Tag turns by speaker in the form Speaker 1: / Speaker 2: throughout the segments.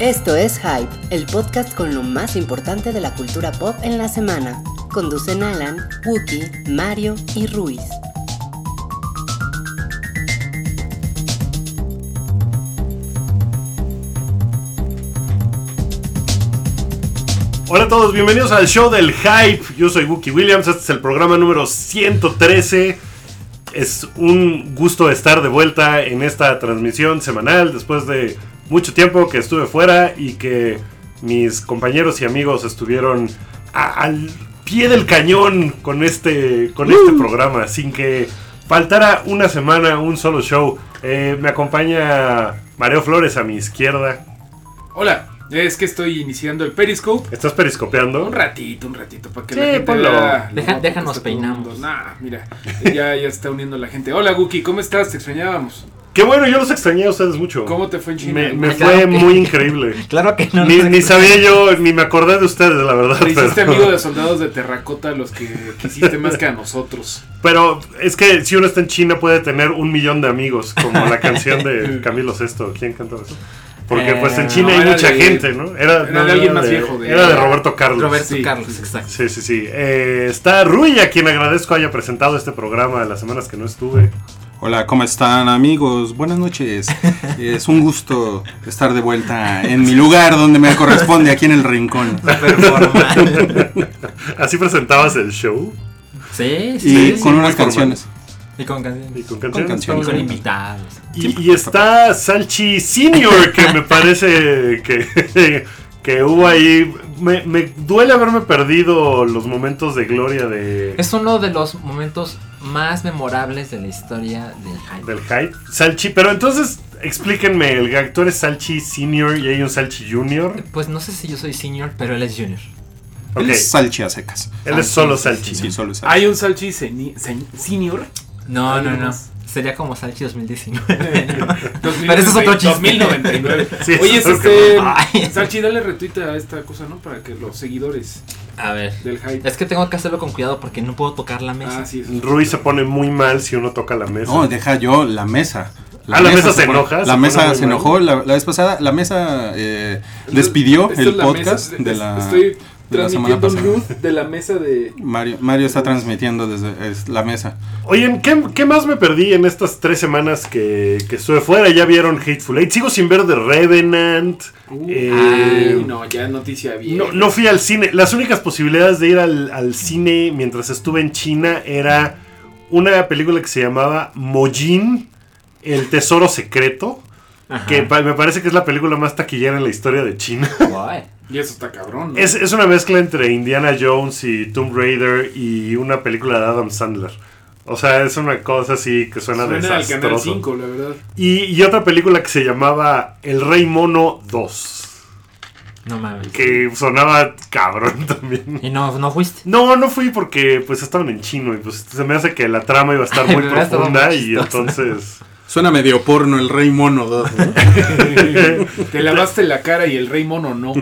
Speaker 1: Esto es Hype, el podcast con lo más importante de la cultura pop en la semana. Conducen Alan, Wookie, Mario y Ruiz.
Speaker 2: Hola a todos, bienvenidos al show del hype. Yo soy Wookie Williams, este es el programa número 113. Es un gusto estar de vuelta en esta transmisión semanal después de mucho tiempo que estuve fuera y que mis compañeros y amigos estuvieron a- al pie del cañón con este, con este programa, sin que faltara una semana, un solo show. Eh, me acompaña Mario Flores a mi izquierda.
Speaker 3: Hola, es que estoy iniciando el Periscope.
Speaker 2: ¿Estás periscopeando?
Speaker 3: Un ratito, un ratito, para que
Speaker 2: Sí,
Speaker 3: la gente
Speaker 2: ponlo.
Speaker 3: vea lo
Speaker 4: Deja-
Speaker 3: guapo
Speaker 4: déjanos
Speaker 3: que está todo el
Speaker 4: peinamos.
Speaker 3: mundo. Nah, mira, ya, ya está uniendo la gente. Hola, Guki, ¿cómo estás? Te extrañábamos.
Speaker 2: Qué bueno, yo los extrañé a ustedes mucho.
Speaker 3: ¿Cómo te fue en China?
Speaker 2: Me, me
Speaker 4: Ah,
Speaker 2: fue
Speaker 4: claro que-
Speaker 2: muy increíble.
Speaker 4: Claro que no.
Speaker 2: ni,
Speaker 4: no sé.
Speaker 2: ni sabía yo, ni me acordé de ustedes, la verdad.
Speaker 3: Te hiciste
Speaker 2: pero-
Speaker 3: amigo de soldados de terracota, los que quisiste más que a nosotros.
Speaker 2: Pero es que si uno está en China puede tener un millón de amigos, como la canción de Camilo Sexto. ¿Quién cantó eso? Porque
Speaker 4: Eh,
Speaker 2: pues en China
Speaker 3: no,
Speaker 2: hay
Speaker 3: era
Speaker 2: mucha
Speaker 3: de-
Speaker 2: gente, ¿no? Era,
Speaker 3: era
Speaker 2: no,
Speaker 3: de alguien más viejo, de-
Speaker 2: era de Roberto Carlos.
Speaker 4: Roberto
Speaker 3: Sí.
Speaker 4: Carlos, exacto.
Speaker 2: Sí, sí, sí. Eh, está Rui, a quien agradezco haya presentado este programa las semanas que no estuve.
Speaker 5: Hola, ¿cómo están amigos? Buenas noches. Es un gusto estar de vuelta en mi lugar donde me corresponde, aquí en el rincón.
Speaker 4: Súper formal.
Speaker 2: Así presentabas el show
Speaker 4: sí, sí.
Speaker 5: Y
Speaker 4: sí.
Speaker 5: con
Speaker 2: muy
Speaker 5: unas
Speaker 2: formal.
Speaker 5: canciones.
Speaker 4: Y con
Speaker 2: y
Speaker 4: canciones.
Speaker 2: con canciones.
Speaker 4: Y
Speaker 5: canciones.
Speaker 4: con
Speaker 2: Estaba-
Speaker 4: invitados.
Speaker 2: Y, y está Salchi Senior, que me parece que, que hubo ahí. Me, me duele haberme perdido los momentos de gloria de,
Speaker 4: Es uno de los momentos más memorables de la historia del hype.
Speaker 2: del hype. Salchi, pero entonces explíquenme: el actor es Salchi Senior y hay un Salchi Junior.
Speaker 4: Pues no sé si yo soy senior, pero él es junior.
Speaker 2: Ok,
Speaker 5: Él es salchi a secas.
Speaker 2: él es solo Salchi.
Speaker 5: Sí, solo es salchi.
Speaker 3: Hay un Salchi seni- sen- senior.
Speaker 4: No, no, no.
Speaker 3: Además.
Speaker 4: Sería como Salchi 2019. ¿no?
Speaker 3: 2099.
Speaker 4: Pero ese es otro chiste.
Speaker 3: 2099.
Speaker 2: Sí,
Speaker 3: Oye, es
Speaker 2: eso que-
Speaker 3: este.
Speaker 4: Ay.
Speaker 3: Salchi, dale retweet a esta cosa, ¿no? Para que los seguidores
Speaker 4: A ver.
Speaker 3: del hype.
Speaker 4: Es que tengo que hacerlo con cuidado porque no puedo tocar la mesa.
Speaker 3: Ah, sí, eso.
Speaker 2: Rui se pone muy mal si uno toca la mesa.
Speaker 5: No, deja yo la mesa.
Speaker 2: Ah, la mesa se
Speaker 5: pone-
Speaker 2: enoja, se
Speaker 5: La
Speaker 2: pone muy
Speaker 5: mesa se
Speaker 2: mal.
Speaker 5: enojó la, la vez pasada. La mesa eh, despidió
Speaker 3: Esta es
Speaker 5: el
Speaker 3: la
Speaker 5: podcast
Speaker 3: mesa,
Speaker 5: de
Speaker 3: es-
Speaker 5: la.
Speaker 3: Estoy
Speaker 5: de la semana
Speaker 3: transmitiendo
Speaker 5: pasada.
Speaker 3: luz de la mesa de.
Speaker 5: Mario, Mario está transmitiendo desde es la mesa.
Speaker 2: Oigan, ¿qué, qué más me perdí en estas tres semanas que, que estuve fuera? Ya vieron Hateful Eight. Sigo sin ver The Revenant. eh,
Speaker 3: uh, Ay, no, ya noticia bien.
Speaker 2: No, no fui al cine. Las únicas posibilidades de ir al, al cine mientras estuve en China era una película que se llamaba Mojin, El Tesoro Secreto,
Speaker 4: Ajá.
Speaker 2: que pa- me parece que es la película más taquillera en la historia de China.
Speaker 4: Guay.
Speaker 3: Y eso está cabrón. ¿no?
Speaker 2: Es, es una mezcla entre Indiana Jones y Tomb Raider y una película de Adam Sandler. O sea, es una cosa así que suena,
Speaker 3: Suena al canal
Speaker 2: desastroso.
Speaker 3: 5, la verdad.
Speaker 2: Y, y otra película que se llamaba El Rey Mono 2,
Speaker 4: No mames.
Speaker 2: que sonaba cabrón también.
Speaker 4: Y no, no fuiste.
Speaker 2: No, no fui porque pues estaban en chino y pues se me hace que la trama iba a estar muy
Speaker 4: Pero estaba
Speaker 2: profunda
Speaker 4: muy
Speaker 2: y
Speaker 4: chistoso.
Speaker 2: entonces...
Speaker 5: Suena medio porno el rey mono 2, ¿no?
Speaker 3: Te lavaste la cara y el rey mono no.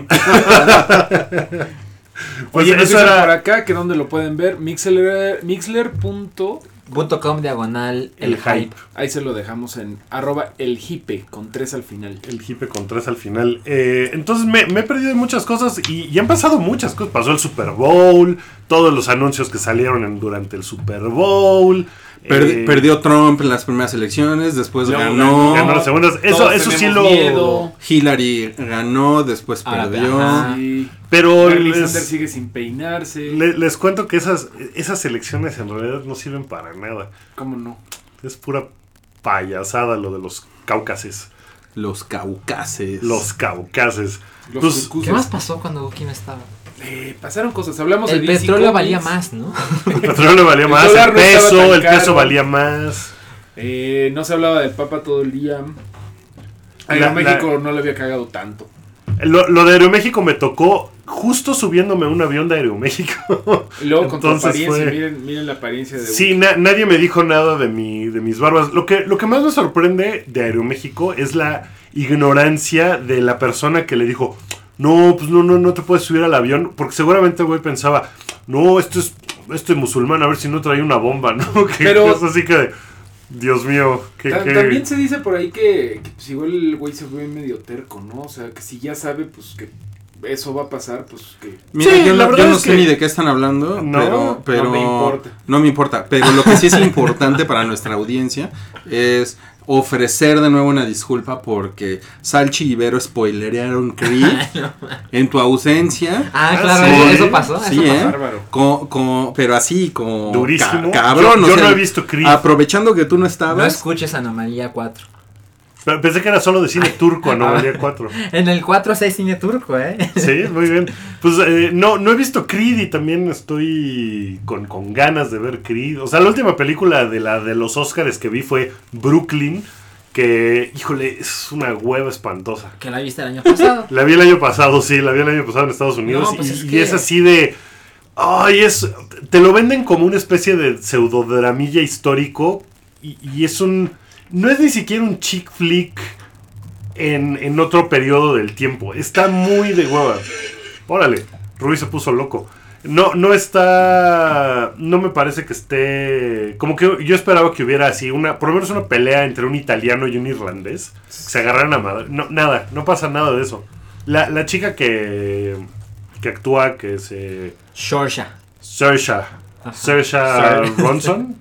Speaker 2: Pues
Speaker 3: Oye, nos
Speaker 2: eso
Speaker 3: dicen por
Speaker 2: era...
Speaker 3: acá que donde lo pueden ver, mixler, mixler punto-
Speaker 4: Punto com diagonal el, hype.
Speaker 3: Ahí se lo dejamos en arroba el hipe con tres al final.
Speaker 2: El hipe con tres al final. Eh, entonces me, me he perdido en muchas cosas y, y han pasado muchas cosas. Pasó el Super Bowl, todos los anuncios que salieron en- durante el Super Bowl.
Speaker 5: Perdi-
Speaker 2: eh,
Speaker 5: Perdió Trump en las primeras elecciones, después
Speaker 3: Luego
Speaker 5: ganó,
Speaker 2: ganó las segundas. Eso-
Speaker 3: Todos
Speaker 2: eso sí
Speaker 3: tenemos
Speaker 2: lo-
Speaker 3: miedo.
Speaker 5: Hillary ganó, después
Speaker 4: Ah,
Speaker 5: perdió.
Speaker 4: ajá.
Speaker 3: Sí.
Speaker 2: Pero
Speaker 3: Bernie
Speaker 2: Pues les-
Speaker 3: Sanders sigue sin peinarse.
Speaker 2: le- les cuento que esas, esas elecciones en realidad no sirven para nada.
Speaker 3: ¿Cómo no?
Speaker 2: Es pura payasada lo de los caucases.
Speaker 5: Los caucases.
Speaker 2: Los caucases.
Speaker 3: Los
Speaker 2: Pues,
Speaker 3: cucusos.
Speaker 4: ¿Qué más pasó cuando Guki no estaba?
Speaker 3: Eh, pasaron cosas. Hablamos
Speaker 4: El
Speaker 3: de DC Comics.
Speaker 4: petróleo valía más, ¿no?
Speaker 2: El petróleo valía
Speaker 3: El
Speaker 2: más, el,
Speaker 3: dólar no estaba
Speaker 2: peso,
Speaker 3: tan
Speaker 2: el peso
Speaker 3: caro.
Speaker 2: valía más.
Speaker 3: Eh, no se hablaba del Papa todo el día.
Speaker 2: La-
Speaker 3: Aeroméxico México no le había cagado tanto.
Speaker 2: Lo, lo de Aeroméxico me tocó justo subiéndome a un avión de Aeroméxico.
Speaker 3: Y luego con tu
Speaker 2: Entonces
Speaker 3: apariencia,
Speaker 2: fue-
Speaker 3: miren, miren la apariencia de
Speaker 2: sí, na- nadie me dijo nada de, mi, de mis barbas. Lo que, lo que más me sorprende de Aeroméxico es la ignorancia de la persona que le dijo, no, pues no, no, no te puedes subir al avión, porque seguramente el güey pensaba, no, esto es, esto es musulmán, a ver si no trae una bomba, ¿no? Que
Speaker 3: Pero-
Speaker 2: es así que... Dios mío, qué,
Speaker 3: Ta-
Speaker 2: qué-
Speaker 3: También se dice por ahí que, que, pues, igual el güey se fue medio terco, ¿no? O sea, que si ya sabe, pues que eso va a pasar, pues que.
Speaker 5: Mira,
Speaker 2: Sí,
Speaker 5: yo,
Speaker 2: la
Speaker 5: no-
Speaker 2: verdad
Speaker 5: yo no
Speaker 2: es
Speaker 5: sé
Speaker 2: que-
Speaker 5: ni de qué están hablando,
Speaker 2: No,
Speaker 5: pero, pero
Speaker 3: no me importa.
Speaker 5: no me importa. Pero lo que sí es importante para nuestra audiencia es ofrecer de nuevo una disculpa porque Salchi y Ibero spoilerearon Creed en tu ausencia.
Speaker 4: Ah,
Speaker 2: Ah,
Speaker 4: claro,
Speaker 2: sí.
Speaker 4: eso, eso pasó.
Speaker 5: Sí,
Speaker 4: eso
Speaker 5: ¿eh?
Speaker 3: bárbaro.
Speaker 5: Co- co- pero así, como
Speaker 2: Durísimo.
Speaker 5: cabrón.
Speaker 2: Yo-
Speaker 5: o
Speaker 2: yo
Speaker 5: sea,
Speaker 2: no he visto Creed.
Speaker 5: Aprovechando que tú
Speaker 4: pasó.
Speaker 5: no
Speaker 4: No
Speaker 5: estabas,
Speaker 4: escuches Anomalía 4.
Speaker 2: Pero Pensé que era solo de cine turco, Anomalía 4.
Speaker 4: En el 4 sí hay cine turco, ¿eh?
Speaker 2: Sí, muy bien. Pues eh, no, no he visto Creed y también estoy con, con ganas de ver Creed. O sea, la última película de la de los Oscars que vi fue Brooklyn, que, híjole, es una hueva espantosa.
Speaker 4: Que la viste el año pasado.
Speaker 2: La vi el año pasado, sí, la vi el año pasado en Estados Unidos.
Speaker 4: No, pues
Speaker 2: y,
Speaker 4: es
Speaker 2: y
Speaker 4: que-
Speaker 2: es así de. Ay, es. Te lo venden como una especie de pseudodramilla histórico. Y, y es un. No es ni siquiera un chick flick en, en otro periodo del tiempo. Está muy de hueva. Órale, Rui se puso loco. No, no está. No me parece que esté. Como que yo esperaba que hubiera así una. Por lo menos una pelea entre un italiano y un irlandés. Que se agarraran a madre. No, nada, no pasa nada de eso. La, la chica que. que actúa, que se.
Speaker 4: Shorsha.
Speaker 2: Saoirse. Saoirse
Speaker 5: Saoirse.
Speaker 2: Ronson.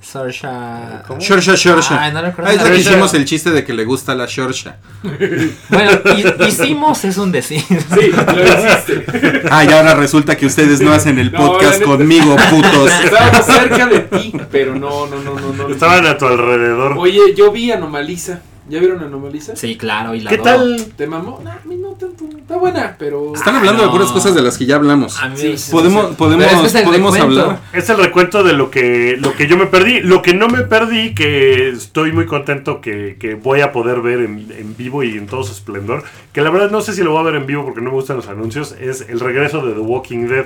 Speaker 4: Shorsha.
Speaker 2: Eh, ¿Cómo?
Speaker 5: Shorsha, Shorsha.
Speaker 4: Ay, no recuerdo
Speaker 5: Ah, es la que
Speaker 2: Shorsha.
Speaker 5: hicimos el chiste de que le gusta la Shorsha.
Speaker 4: Bueno, hi- hicimos es un decir.
Speaker 3: Sí, lo hiciste.
Speaker 5: Ah, y ahora resulta que ustedes no hacen el
Speaker 3: No,
Speaker 5: podcast
Speaker 3: la neta.
Speaker 5: conmigo, putos.
Speaker 3: Estábamos cerca de ti, pero no, no, no, no, no.
Speaker 2: Estaban a tu alrededor.
Speaker 3: Oye, yo vi Anomaliza. ¿Ya vieron Anomaliza?
Speaker 4: Sí, claro, y la
Speaker 2: ¿Qué
Speaker 4: adoro.
Speaker 2: tal?
Speaker 3: ¿Te mamó? No, a mí no tanto. Está buena, pero.
Speaker 5: Están hablando de puras cosas de las que ya hablamos.
Speaker 4: A mí
Speaker 3: Sí,
Speaker 4: me-
Speaker 5: Podemos, podemos,
Speaker 4: Pero este es que es el
Speaker 5: podemos
Speaker 4: recuento.
Speaker 5: hablar.
Speaker 2: Es el recuento de lo que, lo que yo me perdí. Lo que no me perdí, que estoy muy contento que, que voy a poder ver en, en vivo y en todo su esplendor. Que la verdad no sé si lo voy a ver en vivo porque no me gustan los anuncios. Es el regreso de The Walking Dead.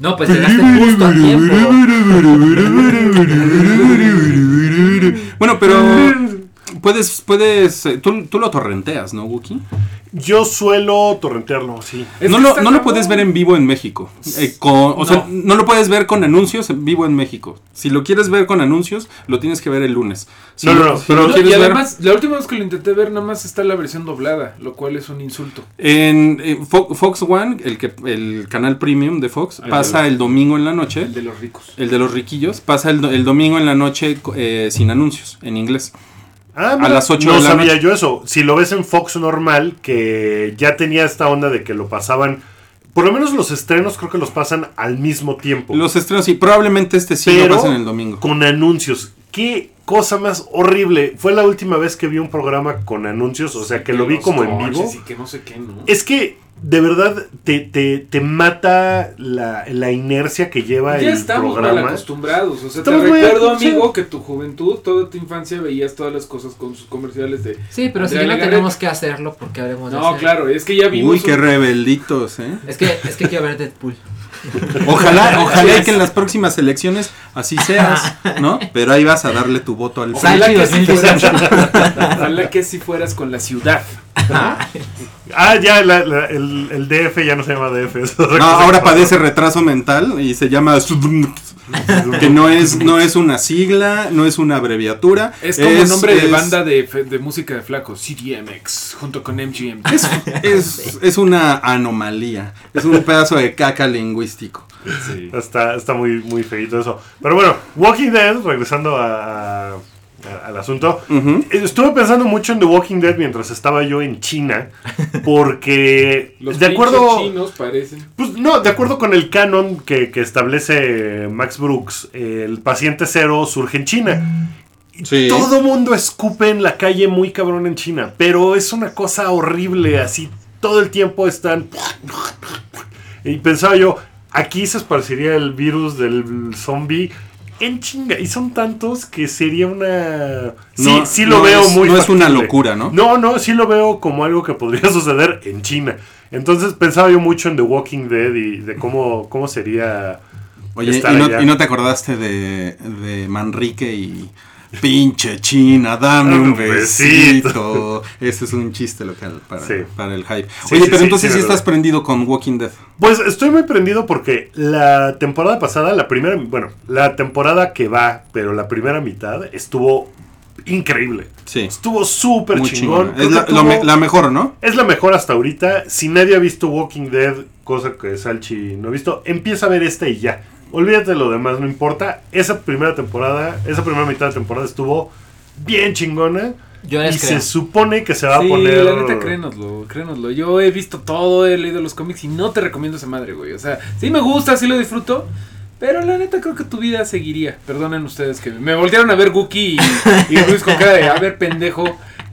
Speaker 4: No, pues llegaste justo a tiempo.
Speaker 5: Bueno, pero puedes, puedes, eh, tú, tú lo torrenteas, ¿no, Wookie?
Speaker 2: Yo suelo torrentearlo, sí.
Speaker 3: Es
Speaker 5: No
Speaker 3: que
Speaker 5: lo,
Speaker 3: está
Speaker 5: no lo
Speaker 3: cabrón.
Speaker 5: puedes ver en vivo en México. eh, con- o sea,
Speaker 3: No.
Speaker 5: no lo puedes ver con anuncios en vivo en México. Si lo quieres ver con anuncios, lo tienes que ver el lunes. Si
Speaker 2: No,
Speaker 5: lo-
Speaker 2: no, no,
Speaker 5: si
Speaker 2: pero
Speaker 5: lo
Speaker 3: No,
Speaker 5: quieres
Speaker 3: y
Speaker 5: ver-
Speaker 3: además, la última vez que lo intenté ver, nada más está la versión doblada, lo cual es un insulto.
Speaker 5: En eh, Fo- Fox One, el, que, el canal premium de Fox,
Speaker 3: Ahí
Speaker 5: pasa
Speaker 3: va.
Speaker 5: el domingo en la noche,
Speaker 3: El de los ricos.
Speaker 5: el de los riquillos, pasa el, do- el domingo en la noche co- eh, sin anuncios, en inglés.
Speaker 2: Ah,
Speaker 5: A
Speaker 2: mira,
Speaker 5: las ocho
Speaker 2: No
Speaker 5: de la
Speaker 2: sabía
Speaker 5: noche.
Speaker 2: yo eso. Si lo ves en Fox normal, que ya tenía esta onda de que lo pasaban. Por lo menos los estrenos creo que los pasan al mismo tiempo.
Speaker 5: Los estrenos, sí, probablemente este sí
Speaker 2: Pero-
Speaker 5: lo pasen el domingo.
Speaker 2: con anuncios. Qué cosa más horrible. Fue la última vez que vi un programa con anuncios, o sea, que lo vi
Speaker 3: Los
Speaker 2: como en
Speaker 3: coches
Speaker 2: vivo.
Speaker 3: Y que no sé qué, ¿no?
Speaker 2: Es que de verdad te, te, te mata la, la inercia que lleva
Speaker 3: Ya
Speaker 2: el
Speaker 3: estamos mal
Speaker 2: programa.
Speaker 3: acostumbrados. O sea,
Speaker 2: Estamos
Speaker 3: te
Speaker 2: muy
Speaker 3: recuerdo,
Speaker 2: acostumbrados.
Speaker 3: amigo, que tu juventud, toda tu infancia veías todas las cosas con sus comerciales de.
Speaker 4: Sí, pero si
Speaker 3: Andrea
Speaker 4: ya no
Speaker 3: Legarreta.
Speaker 4: tenemos que hacerlo, porque habremos de
Speaker 3: No,
Speaker 4: hacer?
Speaker 3: claro, es que ya vimos.
Speaker 5: Uy, qué
Speaker 3: un-
Speaker 5: rebelditos, ¿eh?
Speaker 4: Es que, es que quiero ver Deadpool.
Speaker 5: Ojalá, ojalá y que en las próximas elecciones así seas, ¿no? Pero ahí vas a darle tu voto al PRI.
Speaker 3: Ojalá
Speaker 4: Salchi
Speaker 3: que, si
Speaker 4: 2018.
Speaker 3: fueras, ojalá que si fueras con la ciudad.
Speaker 2: Ah, ya, la- la- el, el DF ya no se llama DF. es otra
Speaker 5: No,
Speaker 2: cosa.
Speaker 5: ahora padece retraso mental y se llama que no es no es una sigla, no es una abreviatura,
Speaker 3: Es como un nombre de
Speaker 5: es-
Speaker 3: banda de, fe- de música de flaco, CDMX, junto con MGM.
Speaker 5: Es, es, es una anomalía, es un pedazo de caca lingüístico.
Speaker 3: Sí.
Speaker 2: Está, está muy, muy feito eso. Pero bueno, Walking Dead, regresando a- a- a- al asunto. Eh,
Speaker 5: Ujú.
Speaker 2: Estuve pensando mucho en The Walking Dead mientras estaba yo en China, porque
Speaker 3: Los
Speaker 2: de acuerdo,
Speaker 3: pinches chinos parecen.
Speaker 2: pues no, de acuerdo con el canon que, que establece Max Brooks, eh, el paciente cero surge en China.
Speaker 5: Sí.
Speaker 2: Todo mundo escupe en la calle muy cabrón en China, pero es una cosa horrible, así todo el tiempo están y pensaba yo, aquí se esparciría el virus del zombie en chinga. Y son tantos que sería una. Sí,
Speaker 5: No,
Speaker 2: sí lo
Speaker 5: no
Speaker 2: veo
Speaker 5: es-
Speaker 2: muy.
Speaker 5: no es una
Speaker 2: factible.
Speaker 5: locura, ¿no?
Speaker 2: No, no, sí lo veo como algo que podría suceder en China. Entonces pensaba yo mucho en The Walking Dead y de cómo, cómo sería.
Speaker 5: Oye,
Speaker 2: estar
Speaker 5: y no,
Speaker 2: allá.
Speaker 5: y no te acordaste de, de Manrique y Pinche China, dame
Speaker 2: Dame
Speaker 5: un
Speaker 2: un besito.
Speaker 5: besito. Ese es un chiste local para,
Speaker 2: Sí.
Speaker 5: para el hype.
Speaker 2: Sí,
Speaker 5: Oye,
Speaker 2: sí,
Speaker 5: pero
Speaker 2: sí,
Speaker 5: entonces
Speaker 2: sí,
Speaker 5: sí
Speaker 2: me lo-
Speaker 5: estás prendido con Walking Dead.
Speaker 2: Pues estoy muy prendido porque la temporada pasada, la primera, bueno, la temporada que va, pero la primera mitad estuvo increíble.
Speaker 5: Sí.
Speaker 2: Estuvo súper
Speaker 5: Muy
Speaker 2: chingón.
Speaker 5: chingón.
Speaker 2: Creo
Speaker 5: Es
Speaker 2: que
Speaker 5: la, lo
Speaker 2: tuvo-
Speaker 5: me- la mejor, ¿no?
Speaker 2: es la mejor hasta ahorita. Si nadie ha visto Walking Dead, cosa que Salchi no ha visto, empieza a ver esta y ya. Olvídate de lo demás, no importa. Esa primera temporada, esa primera mitad de temporada estuvo bien chingona.
Speaker 4: Yo
Speaker 2: y
Speaker 4: les creo.
Speaker 2: se supone que se va
Speaker 3: sí,
Speaker 2: a poner.
Speaker 3: la neta, créenoslo, créenoslo. Yo he visto todo, he leído los cómics y no te recomiendo esa madre, güey. O sea, sí me gusta, sí lo disfruto, pero la neta creo que tu vida seguiría. Perdonen ustedes que me voltearon a ver Guki y, y Luis con cara de, a ver, pendejo,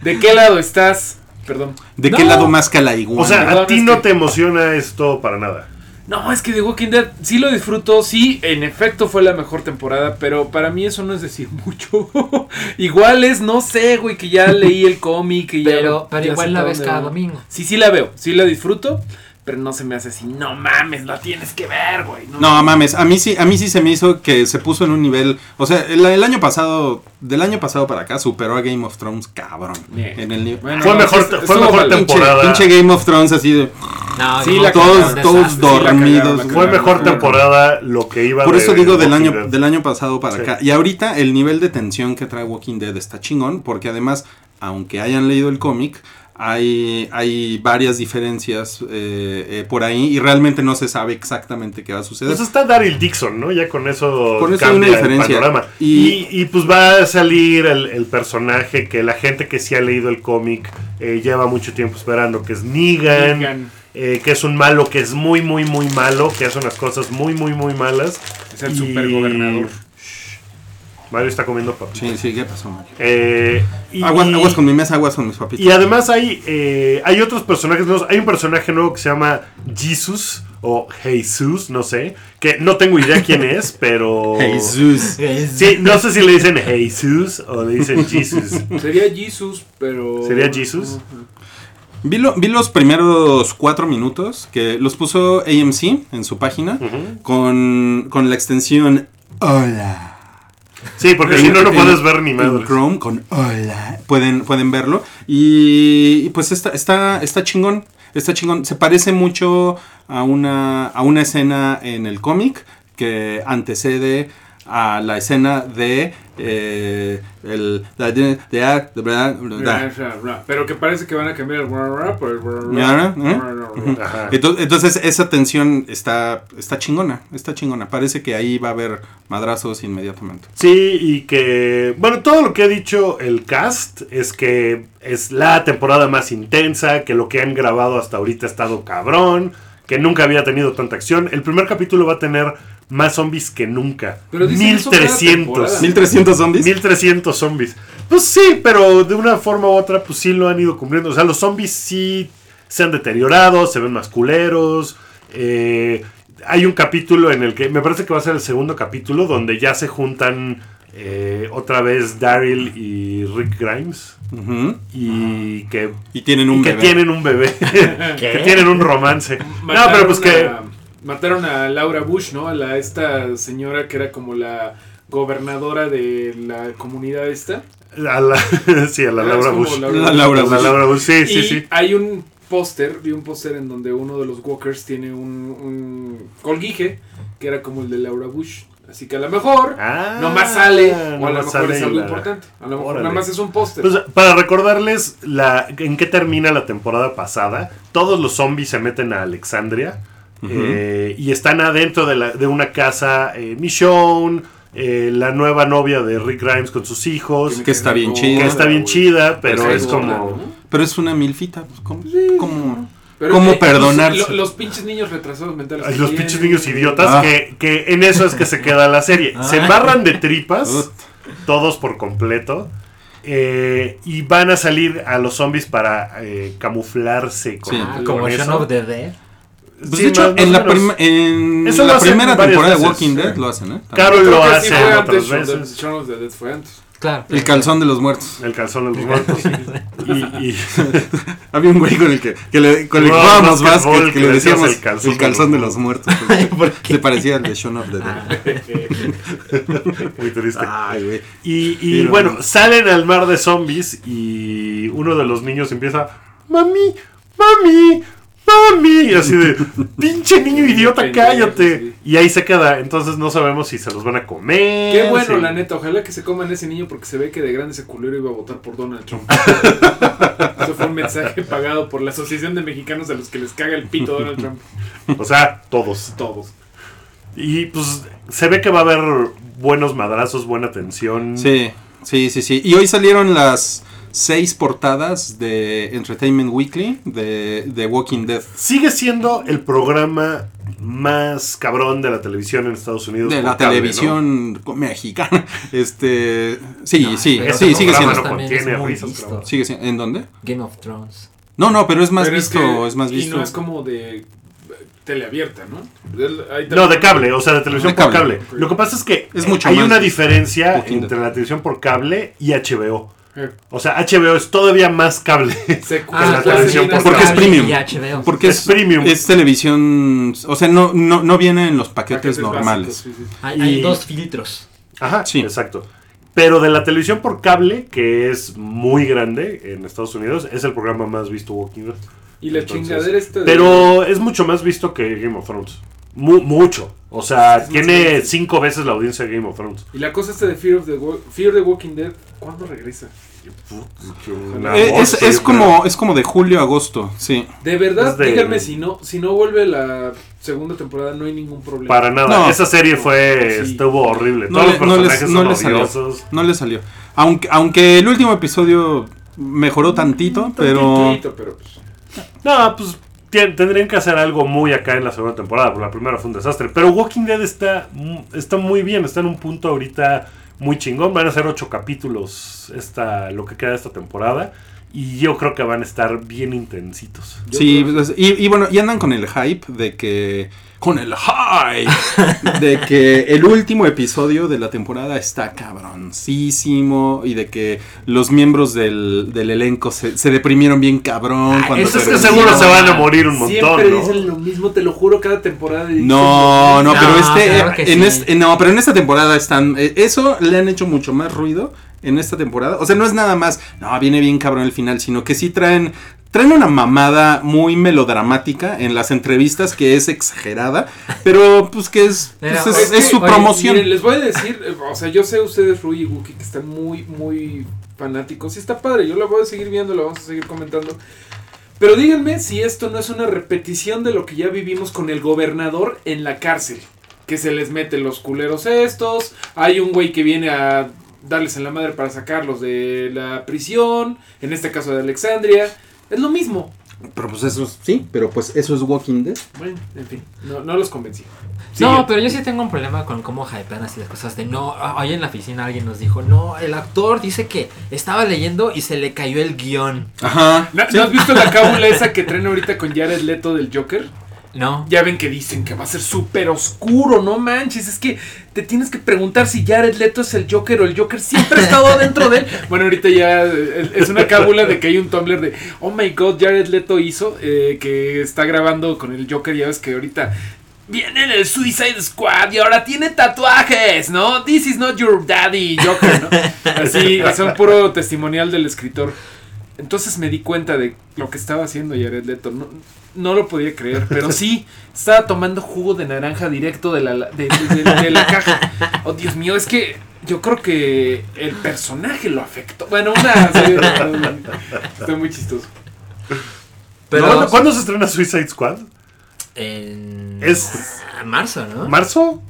Speaker 3: ¿de qué lado estás? Perdón.
Speaker 5: ¿De
Speaker 3: No.
Speaker 5: qué lado más que la iguana?
Speaker 2: o sea,
Speaker 3: Bueno,
Speaker 2: a ti
Speaker 3: es
Speaker 2: no
Speaker 3: que-
Speaker 2: te emociona esto para nada.
Speaker 3: No, es que The Walking Dead sí lo disfruto, sí, en efecto fue la mejor temporada, pero para mí eso no es decir mucho. igual es, no sé, güey, que ya leí el cómic y ya-
Speaker 4: Pero, pero
Speaker 3: ya sé
Speaker 4: igual la
Speaker 3: para
Speaker 4: ves
Speaker 3: dónde
Speaker 4: cada
Speaker 3: va.
Speaker 4: domingo.
Speaker 3: Sí, sí la veo, sí la disfruto, pero no se me hace así, no mames, la tienes que ver, güey.
Speaker 5: No mames, a mí sí, a mí sí se me hizo que se puso en un nivel, o sea, el, el año pasado, del año pasado para acá superó a Game of Thrones, cabrón.
Speaker 3: Bien.
Speaker 5: En el ni-
Speaker 3: Bueno,
Speaker 2: fue
Speaker 3: no,
Speaker 2: mejor,
Speaker 3: sí,
Speaker 2: fue
Speaker 3: estuvo
Speaker 2: mejor
Speaker 3: mal.
Speaker 5: pinche,
Speaker 2: temporada.
Speaker 5: pinche Game of Thrones así de
Speaker 4: No,
Speaker 3: Sí,
Speaker 4: no,
Speaker 3: la
Speaker 4: no,
Speaker 5: todos-
Speaker 4: un
Speaker 5: todos
Speaker 4: desastre.
Speaker 5: dos.
Speaker 3: la cagaron, la
Speaker 5: dormidos.
Speaker 3: cagaron,
Speaker 2: Fue
Speaker 3: la
Speaker 2: mejor
Speaker 3: cagaron.
Speaker 2: temporada lo que iba
Speaker 5: Por
Speaker 2: de
Speaker 5: eso digo del
Speaker 2: Walking
Speaker 5: año,
Speaker 2: Dead.
Speaker 5: del año pasado para
Speaker 2: Sí.
Speaker 5: acá. Y ahorita el nivel de tensión que trae Walking Dead está chingón, porque además, aunque hayan leído el cómic, hay, hay varias diferencias eh, eh, por ahí y realmente no se sabe exactamente qué va a suceder.
Speaker 2: Pues está Daryl Dixon, ¿no? Ya con eso,
Speaker 5: Con eso hay
Speaker 2: cambia
Speaker 5: una diferencia.
Speaker 2: el panorama. Y,
Speaker 5: Y-
Speaker 2: y, pues va a salir el, el personaje que la gente que sí ha leído el cómic eh, lleva mucho tiempo esperando, que es Negan,
Speaker 3: Negan.
Speaker 2: eh, que es un malo, que es muy, muy, muy malo, que hace unas cosas muy, muy, muy malas.
Speaker 3: Es el
Speaker 2: Y-
Speaker 3: supergobernador.
Speaker 2: Mario está comiendo papas.
Speaker 5: Sí, sí, ¿qué pasó, Mario?
Speaker 2: Eh, y-
Speaker 5: Aguas,
Speaker 2: y-
Speaker 5: aguas con mi mesa, aguas con mis papitas.
Speaker 2: Y además hay, eh, hay otros personajes nuevos. Hay un personaje nuevo que se llama Jesus o Jesus, no sé. Que no tengo idea quién es, pero.
Speaker 5: Jesús.
Speaker 2: Sí, no sé si le dicen Jesus o le dicen Jesus.
Speaker 3: Sería Jesus, pero.
Speaker 2: ¿Sería Jesus?
Speaker 5: Vi, lo- vi los primeros cuatro minutos que los puso AMC en su página
Speaker 2: Ujú.
Speaker 5: con, con la extensión Hola.
Speaker 2: Sí, porque si no, no
Speaker 5: En-
Speaker 2: puedes ver ni
Speaker 5: en
Speaker 2: madre.
Speaker 5: Chrome con Hola. Pueden, pueden verlo. Y, y pues está, está, está chingón. Está chingón. Se parece mucho a una, a una escena en el cómic que antecede a la escena de eh, el de, de, ah, de- de-
Speaker 3: Pero que parece que van a cambiar el bra, bra, por el bra, bra,
Speaker 5: Ya, ¿eh?
Speaker 3: bra, bra, bra.
Speaker 2: Ajá.
Speaker 5: Ento- Entonces, esa tensión está, está chingona, está chingona. Parece que ahí va a haber madrazos inmediatamente.
Speaker 2: Sí, y que. Bueno, todo lo que ha dicho el cast es que es la temporada más intensa, que lo que han grabado hasta ahorita ha estado cabrón, que nunca había tenido tanta acción. El primer capítulo va a tener más zombies que nunca.
Speaker 3: Pero dicen eso cada
Speaker 2: 1300.
Speaker 3: temporada.
Speaker 5: 1300 zombies.
Speaker 2: 1300 zombies. Pues sí, pero de una forma u otra, pues sí lo han ido cumpliendo. O sea, los zombies sí se han deteriorado, se ven más culeros. eh, hay un capítulo en el que, me parece que va a ser el segundo capítulo, donde ya se juntan eh, otra vez Daryl y Rick Grimes.
Speaker 5: Ujú.
Speaker 2: Y que,
Speaker 5: Y tienen
Speaker 2: y
Speaker 5: un
Speaker 2: que
Speaker 5: bebé.
Speaker 2: tienen un bebé. que tienen un romance. No,
Speaker 3: Mataron
Speaker 2: pero pues que...
Speaker 3: a- Mataron a Laura Bush, ¿no? A la, esta señora que era como la gobernadora de la comunidad esta.
Speaker 2: a la- sí, a la
Speaker 3: Ah, Es
Speaker 2: Laura
Speaker 3: como
Speaker 2: Bush.
Speaker 3: la-
Speaker 5: La Laura
Speaker 2: A la
Speaker 5: Bush.
Speaker 2: Laura Bush, sí, sí,
Speaker 3: y
Speaker 2: sí.
Speaker 3: hay un póster, vi un póster en donde uno de los walkers tiene un, un colguije que era como el de Laura Bush. Así que a lo mejor
Speaker 2: Ah,
Speaker 3: nomás sale, o a
Speaker 2: nomás
Speaker 3: lo mejor es
Speaker 2: sale
Speaker 3: algo
Speaker 2: la-
Speaker 3: importante. A lo mejor
Speaker 2: Órale.
Speaker 3: nada más es un póster.
Speaker 2: Pues, para recordarles la, en qué termina la temporada pasada, todos los zombies se meten a Alexandria eh, y están adentro de, la- de una casa eh, Michonne, eh, la nueva novia de Rick Grimes con sus hijos,
Speaker 3: me
Speaker 5: que está
Speaker 3: quedé
Speaker 5: bien
Speaker 3: con-
Speaker 5: chida.
Speaker 2: que está bien chida, pero
Speaker 3: Pues
Speaker 2: es
Speaker 3: es gorda,
Speaker 2: como...
Speaker 3: ¿no?
Speaker 5: Pero es una milfita. pues, ¿Cómo? cómo?
Speaker 3: Pero,
Speaker 5: ¿Cómo
Speaker 3: eh,
Speaker 5: perdonarse?
Speaker 3: lo- los pinches niños retrasados mentales.
Speaker 2: Ay,
Speaker 3: que
Speaker 2: Los
Speaker 3: tienen.
Speaker 2: pinches niños idiotas,
Speaker 5: Ah.
Speaker 2: que, que en eso es que se queda la serie. Se
Speaker 4: Ah.
Speaker 2: embarran de tripas,
Speaker 5: Ut.
Speaker 2: todos por completo, eh, y van a salir a los zombies para eh, camuflarse con,
Speaker 5: Sí.
Speaker 4: Ah,
Speaker 2: con
Speaker 4: como
Speaker 2: eso.
Speaker 4: Shaun of the Dead.
Speaker 5: Pues,
Speaker 2: Sí,
Speaker 5: de hecho,
Speaker 2: más- más
Speaker 5: en la,
Speaker 2: o menos.
Speaker 5: prim- en
Speaker 2: Eso lo
Speaker 5: la
Speaker 2: hacen
Speaker 5: primera
Speaker 2: varias
Speaker 5: temporada de
Speaker 2: veces,
Speaker 5: Walking
Speaker 2: sí.
Speaker 5: Dead lo hacen, ¿eh? También.
Speaker 2: Carol
Speaker 3: Creo
Speaker 2: lo
Speaker 3: que sí
Speaker 2: hace
Speaker 3: fue antes,
Speaker 2: otras
Speaker 3: Shaun of the-
Speaker 2: veces.
Speaker 3: Shaun of the Dead fue antes.
Speaker 4: Claro.
Speaker 5: El calzón de los muertos.
Speaker 2: El calzón de los muertos. y, y-
Speaker 5: Había un güey con el que, que le, con el que
Speaker 2: Jugaba
Speaker 5: jugábamos
Speaker 2: básquetbol,
Speaker 5: básquet, que le decíamos el calzón, de
Speaker 2: los
Speaker 5: los muertos. Se parecía al de Shaun of the Dead.
Speaker 2: muy triste.
Speaker 5: Ay, güey.
Speaker 2: Y, y,
Speaker 5: Pero-
Speaker 2: bueno, salen al mar de zombies y uno de los niños empieza, mami, mami, mami, y así de, pinche niño idiota,
Speaker 3: Pendejo,
Speaker 2: cállate.
Speaker 3: sí.
Speaker 2: Y ahí se queda, entonces no sabemos si se los van a comer.
Speaker 3: Qué bueno,
Speaker 2: si-
Speaker 3: la neta. Ojalá que se coman ese niño porque se ve que de grande ese culero iba a votar por Donald Trump. Eso fue un mensaje pagado por la Asociación de Mexicanos a los que les caga el pito Donald Trump.
Speaker 2: O sea, todos.
Speaker 3: Todos.
Speaker 2: Y pues se ve que va a haber buenos madrazos, buena tensión.
Speaker 5: Sí, sí, sí, sí. Y hoy salieron las seis portadas de Entertainment Weekly de, de Walking Dead.
Speaker 2: Sigue siendo el programa más cabrón de la televisión en Estados Unidos.
Speaker 5: De
Speaker 2: por
Speaker 5: la
Speaker 2: cable, ¿no?
Speaker 5: televisión mexicana. Este. Sí,
Speaker 4: Ah,
Speaker 5: sí,
Speaker 2: pero
Speaker 5: sí,
Speaker 2: ese
Speaker 5: sigue
Speaker 2: programa
Speaker 5: siendo.
Speaker 2: no
Speaker 4: También es
Speaker 2: contiene
Speaker 4: muy
Speaker 2: risas,
Speaker 4: visto.
Speaker 2: cabrón.
Speaker 5: Sigue siendo. ¿En dónde?
Speaker 4: Game of Thrones.
Speaker 5: No, no, pero es más
Speaker 3: Pero
Speaker 5: visto,
Speaker 3: que-
Speaker 5: es más
Speaker 3: Y
Speaker 5: visto.
Speaker 3: no es como de eh, teleabierta, ¿no? Del- ahí
Speaker 2: No,
Speaker 3: también-
Speaker 2: de cable, o sea, de televisión
Speaker 5: De
Speaker 2: por
Speaker 5: cable.
Speaker 2: cable. Lo que pasa es que
Speaker 5: Es
Speaker 2: eh,
Speaker 5: mucho
Speaker 2: hay
Speaker 5: más
Speaker 2: una diferencia
Speaker 5: poquito.
Speaker 2: entre la televisión por cable y HBO.
Speaker 3: Eh,
Speaker 2: O sea, HBO es todavía más cable.
Speaker 3: se-
Speaker 2: Ah,
Speaker 3: se-
Speaker 2: la
Speaker 3: se-
Speaker 2: televisión
Speaker 3: se-
Speaker 2: por-
Speaker 5: porque es
Speaker 4: cable
Speaker 5: premium.
Speaker 4: Y HBO.
Speaker 5: Porque es,
Speaker 2: es premium.
Speaker 5: Es televisión. O sea, no, no, no viene en los paquetes,
Speaker 3: paquetes
Speaker 5: normales.
Speaker 3: básicos, sí, sí.
Speaker 4: Hay, hay
Speaker 2: y-
Speaker 4: dos filtros.
Speaker 2: Ajá,
Speaker 5: Sí.
Speaker 2: Exacto. Pero de la televisión por cable, que es muy grande en Estados Unidos, es el programa más visto Walking Dead.
Speaker 3: Y la
Speaker 2: Entonces,
Speaker 3: chingadera esta de-
Speaker 2: Pero es mucho más visto que Game of Thrones. Mu- mucho. O sea,
Speaker 3: Es más
Speaker 2: tiene
Speaker 3: grande.
Speaker 2: cinco veces la audiencia de Game of Thrones.
Speaker 3: Y la cosa esta de Fear of the, Wa- Fear the Walking Dead, ¿cuándo regresa?
Speaker 2: Una
Speaker 5: Eh,
Speaker 2: voz,
Speaker 5: es,
Speaker 2: sí,
Speaker 5: es
Speaker 2: pero-
Speaker 5: como, es como de julio a agosto, sí.
Speaker 3: De verdad,
Speaker 2: Es de-
Speaker 3: díganme si no, si no vuelve la segunda temporada, no hay ningún problema.
Speaker 2: Para nada.
Speaker 5: No.
Speaker 2: Esa serie fue.
Speaker 3: Sí.
Speaker 2: estuvo horrible.
Speaker 5: No,
Speaker 2: Todos
Speaker 5: le-
Speaker 2: los
Speaker 5: no
Speaker 2: personajes
Speaker 5: les, no les
Speaker 2: son
Speaker 5: salió.
Speaker 2: odiosos.
Speaker 5: No les salió. Aunque, aunque el último episodio mejoró tantito, pero.
Speaker 3: Tantito, pero, pues,
Speaker 2: No, pues tien- tendrían que hacer algo muy acá en la segunda temporada, porque la primera fue un desastre. Pero Walking Dead está, mu- está muy bien, está en un punto ahorita muy chingón. Van a ser ocho capítulos esta, lo que queda de esta temporada. Y yo creo que van a estar bien intensitos.
Speaker 3: yo
Speaker 5: Sí,
Speaker 3: creo-
Speaker 5: pues, y, y bueno, y andan con el hype de que. Con el hype de que el último episodio de la temporada está cabroncísimo y de que los miembros del, del elenco se, se deprimieron bien cabrón.
Speaker 4: Ah,
Speaker 5: cuando
Speaker 2: Eso Pues es que
Speaker 5: terminó.
Speaker 2: seguro se van a morir un
Speaker 3: Siempre
Speaker 2: montón,
Speaker 3: dicen
Speaker 2: ¿no?
Speaker 3: lo mismo, te lo juro, cada temporada. dicen
Speaker 5: No, no,
Speaker 4: No,
Speaker 5: pero este,
Speaker 4: claro que
Speaker 5: en
Speaker 4: sí.
Speaker 5: este- no, pero en esta temporada están, eh, eso le han hecho mucho más ruido en esta temporada. O sea, no es nada más, no, viene bien cabrón el final, sino que sí traen, traen una mamada muy melodramática en las entrevistas que es exagerada, pero pues que es, pues,
Speaker 4: Pero,
Speaker 5: es,
Speaker 4: es
Speaker 5: es
Speaker 3: que,
Speaker 5: su
Speaker 3: oye,
Speaker 5: promoción.
Speaker 3: miren, les voy a decir, eh, o sea, yo sé ustedes, Rui y Guki, que están muy, muy fanáticos. Y está padre, yo la voy a seguir viendo, la vamos a seguir comentando. Pero díganme si esto no es una repetición de lo que ya vivimos con el gobernador en la cárcel. Que se les meten los culeros estos. Hay un güey que viene a darles en la madre para sacarlos de la prisión. En este caso de Alexandria. Es lo mismo.
Speaker 5: Pero pues eso es- sí, pero pues eso es Walking Dead.
Speaker 3: Bueno, en fin, no, no los convencí.
Speaker 4: No,
Speaker 3: Siguiente.
Speaker 4: pero yo sí tengo un problema con cómo hypean así las cosas de no. ah, Hoy en la oficina alguien nos dijo, no, el actor dice que estaba leyendo y se le cayó el guión.
Speaker 5: Ajá.
Speaker 3: ¿No, ¿no has visto la cábula esa que traen ahorita con Jared Leto del Joker?
Speaker 4: No.
Speaker 3: Ya ven que dicen que va a ser súper oscuro, no manches. Es que te tienes que preguntar si Jared Leto es el Joker o el Joker siempre ha estado dentro de él. Bueno, ahorita ya eh, es una cábula de que hay un Tumblr de Oh my god, Jared Leto hizo eh, que está grabando con el Joker. Ya ves que ahorita viene en el Suicide Squad y ahora tiene tatuajes, ¿no? This is not your daddy, Joker, ¿no? Así, o sea, un puro testimonial del escritor. Entonces me di cuenta de lo que estaba haciendo Jared Leto. No, no lo podía creer, pero sí, estaba tomando jugo de naranja directo de la, de, de- de- de la caja. Oh, Dios mío, es que yo creo que el personaje lo afectó. Bueno, una... serie de- Está muy chistoso.
Speaker 4: Pero.
Speaker 2: ¿Cuándo, cuándo se estrena Suicide Squad?
Speaker 4: En.
Speaker 2: Es-
Speaker 4: ah, marzo, ¿no?
Speaker 2: ¿Marzo?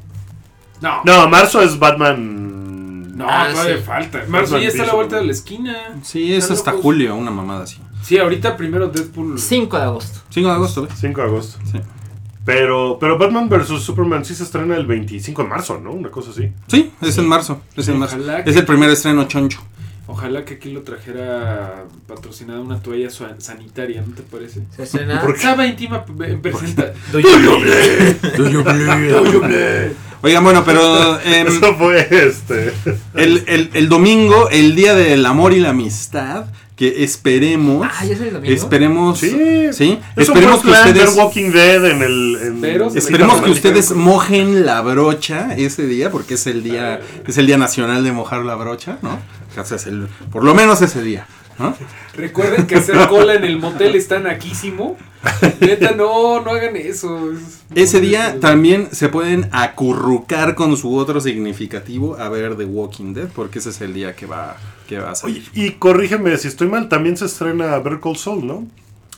Speaker 3: No, no,
Speaker 2: No, marzo es Batman.
Speaker 4: Ah,
Speaker 3: todavía
Speaker 4: sí.
Speaker 3: falta. Marzo ya está a la vuelta de la esquina.
Speaker 5: Sí, es
Speaker 3: Están
Speaker 5: hasta
Speaker 3: locos.
Speaker 5: julio, una mamada así.
Speaker 3: Sí, ahorita primero Deadpool.
Speaker 4: 5 de agosto.
Speaker 5: 5 de agosto, ¿eh? ¿ves?
Speaker 2: 5 de agosto.
Speaker 5: Sí.
Speaker 2: Pero, pero Batman vs. Superman sí se estrena el 25 de marzo, ¿no? Una cosa así.
Speaker 5: Sí, es en marzo, es en marzo.
Speaker 3: Ojalá que-
Speaker 5: Es el primer estreno choncho.
Speaker 3: Ojalá que aquí lo trajera patrocinada una toalla suan- sanitaria, ¿no te parece?
Speaker 4: Se estrena.
Speaker 2: ¿Por qué?
Speaker 3: Saba íntima p- presenta.
Speaker 4: Do you believe?
Speaker 5: Oigan, bueno, pero em,
Speaker 2: Eso fue este.
Speaker 5: el, el- el domingo, el día del amor y la amistad, que esperemos.
Speaker 4: Ah, ¿ya es el domingo?
Speaker 5: Esperemos.
Speaker 2: Sí.
Speaker 5: sí,
Speaker 2: Es un buen
Speaker 5: Esperemos que
Speaker 2: plan
Speaker 5: ustedes.
Speaker 2: ver Walking Dead en el. en-
Speaker 3: Pero-
Speaker 2: en-
Speaker 5: Esperemos que
Speaker 3: Ahorita
Speaker 5: ustedes
Speaker 3: platicamos.
Speaker 5: mojen la brocha ese día, porque es el día, es el día nacional de mojar la brocha, ¿no? O sea, es el- por lo menos ese día, ¿no?
Speaker 3: Recuerden que hacer cola en el motel está naquísimo. Neta, no, no hagan eso. es muy
Speaker 5: Ese día
Speaker 3: divertido.
Speaker 5: también se pueden acurrucar con su otro significativo a ver The Walking Dead, porque ese es el día que va, que va a
Speaker 2: Oye,
Speaker 5: salir.
Speaker 2: y corrígeme si estoy mal, también se estrena Better Call Saul, ¿no?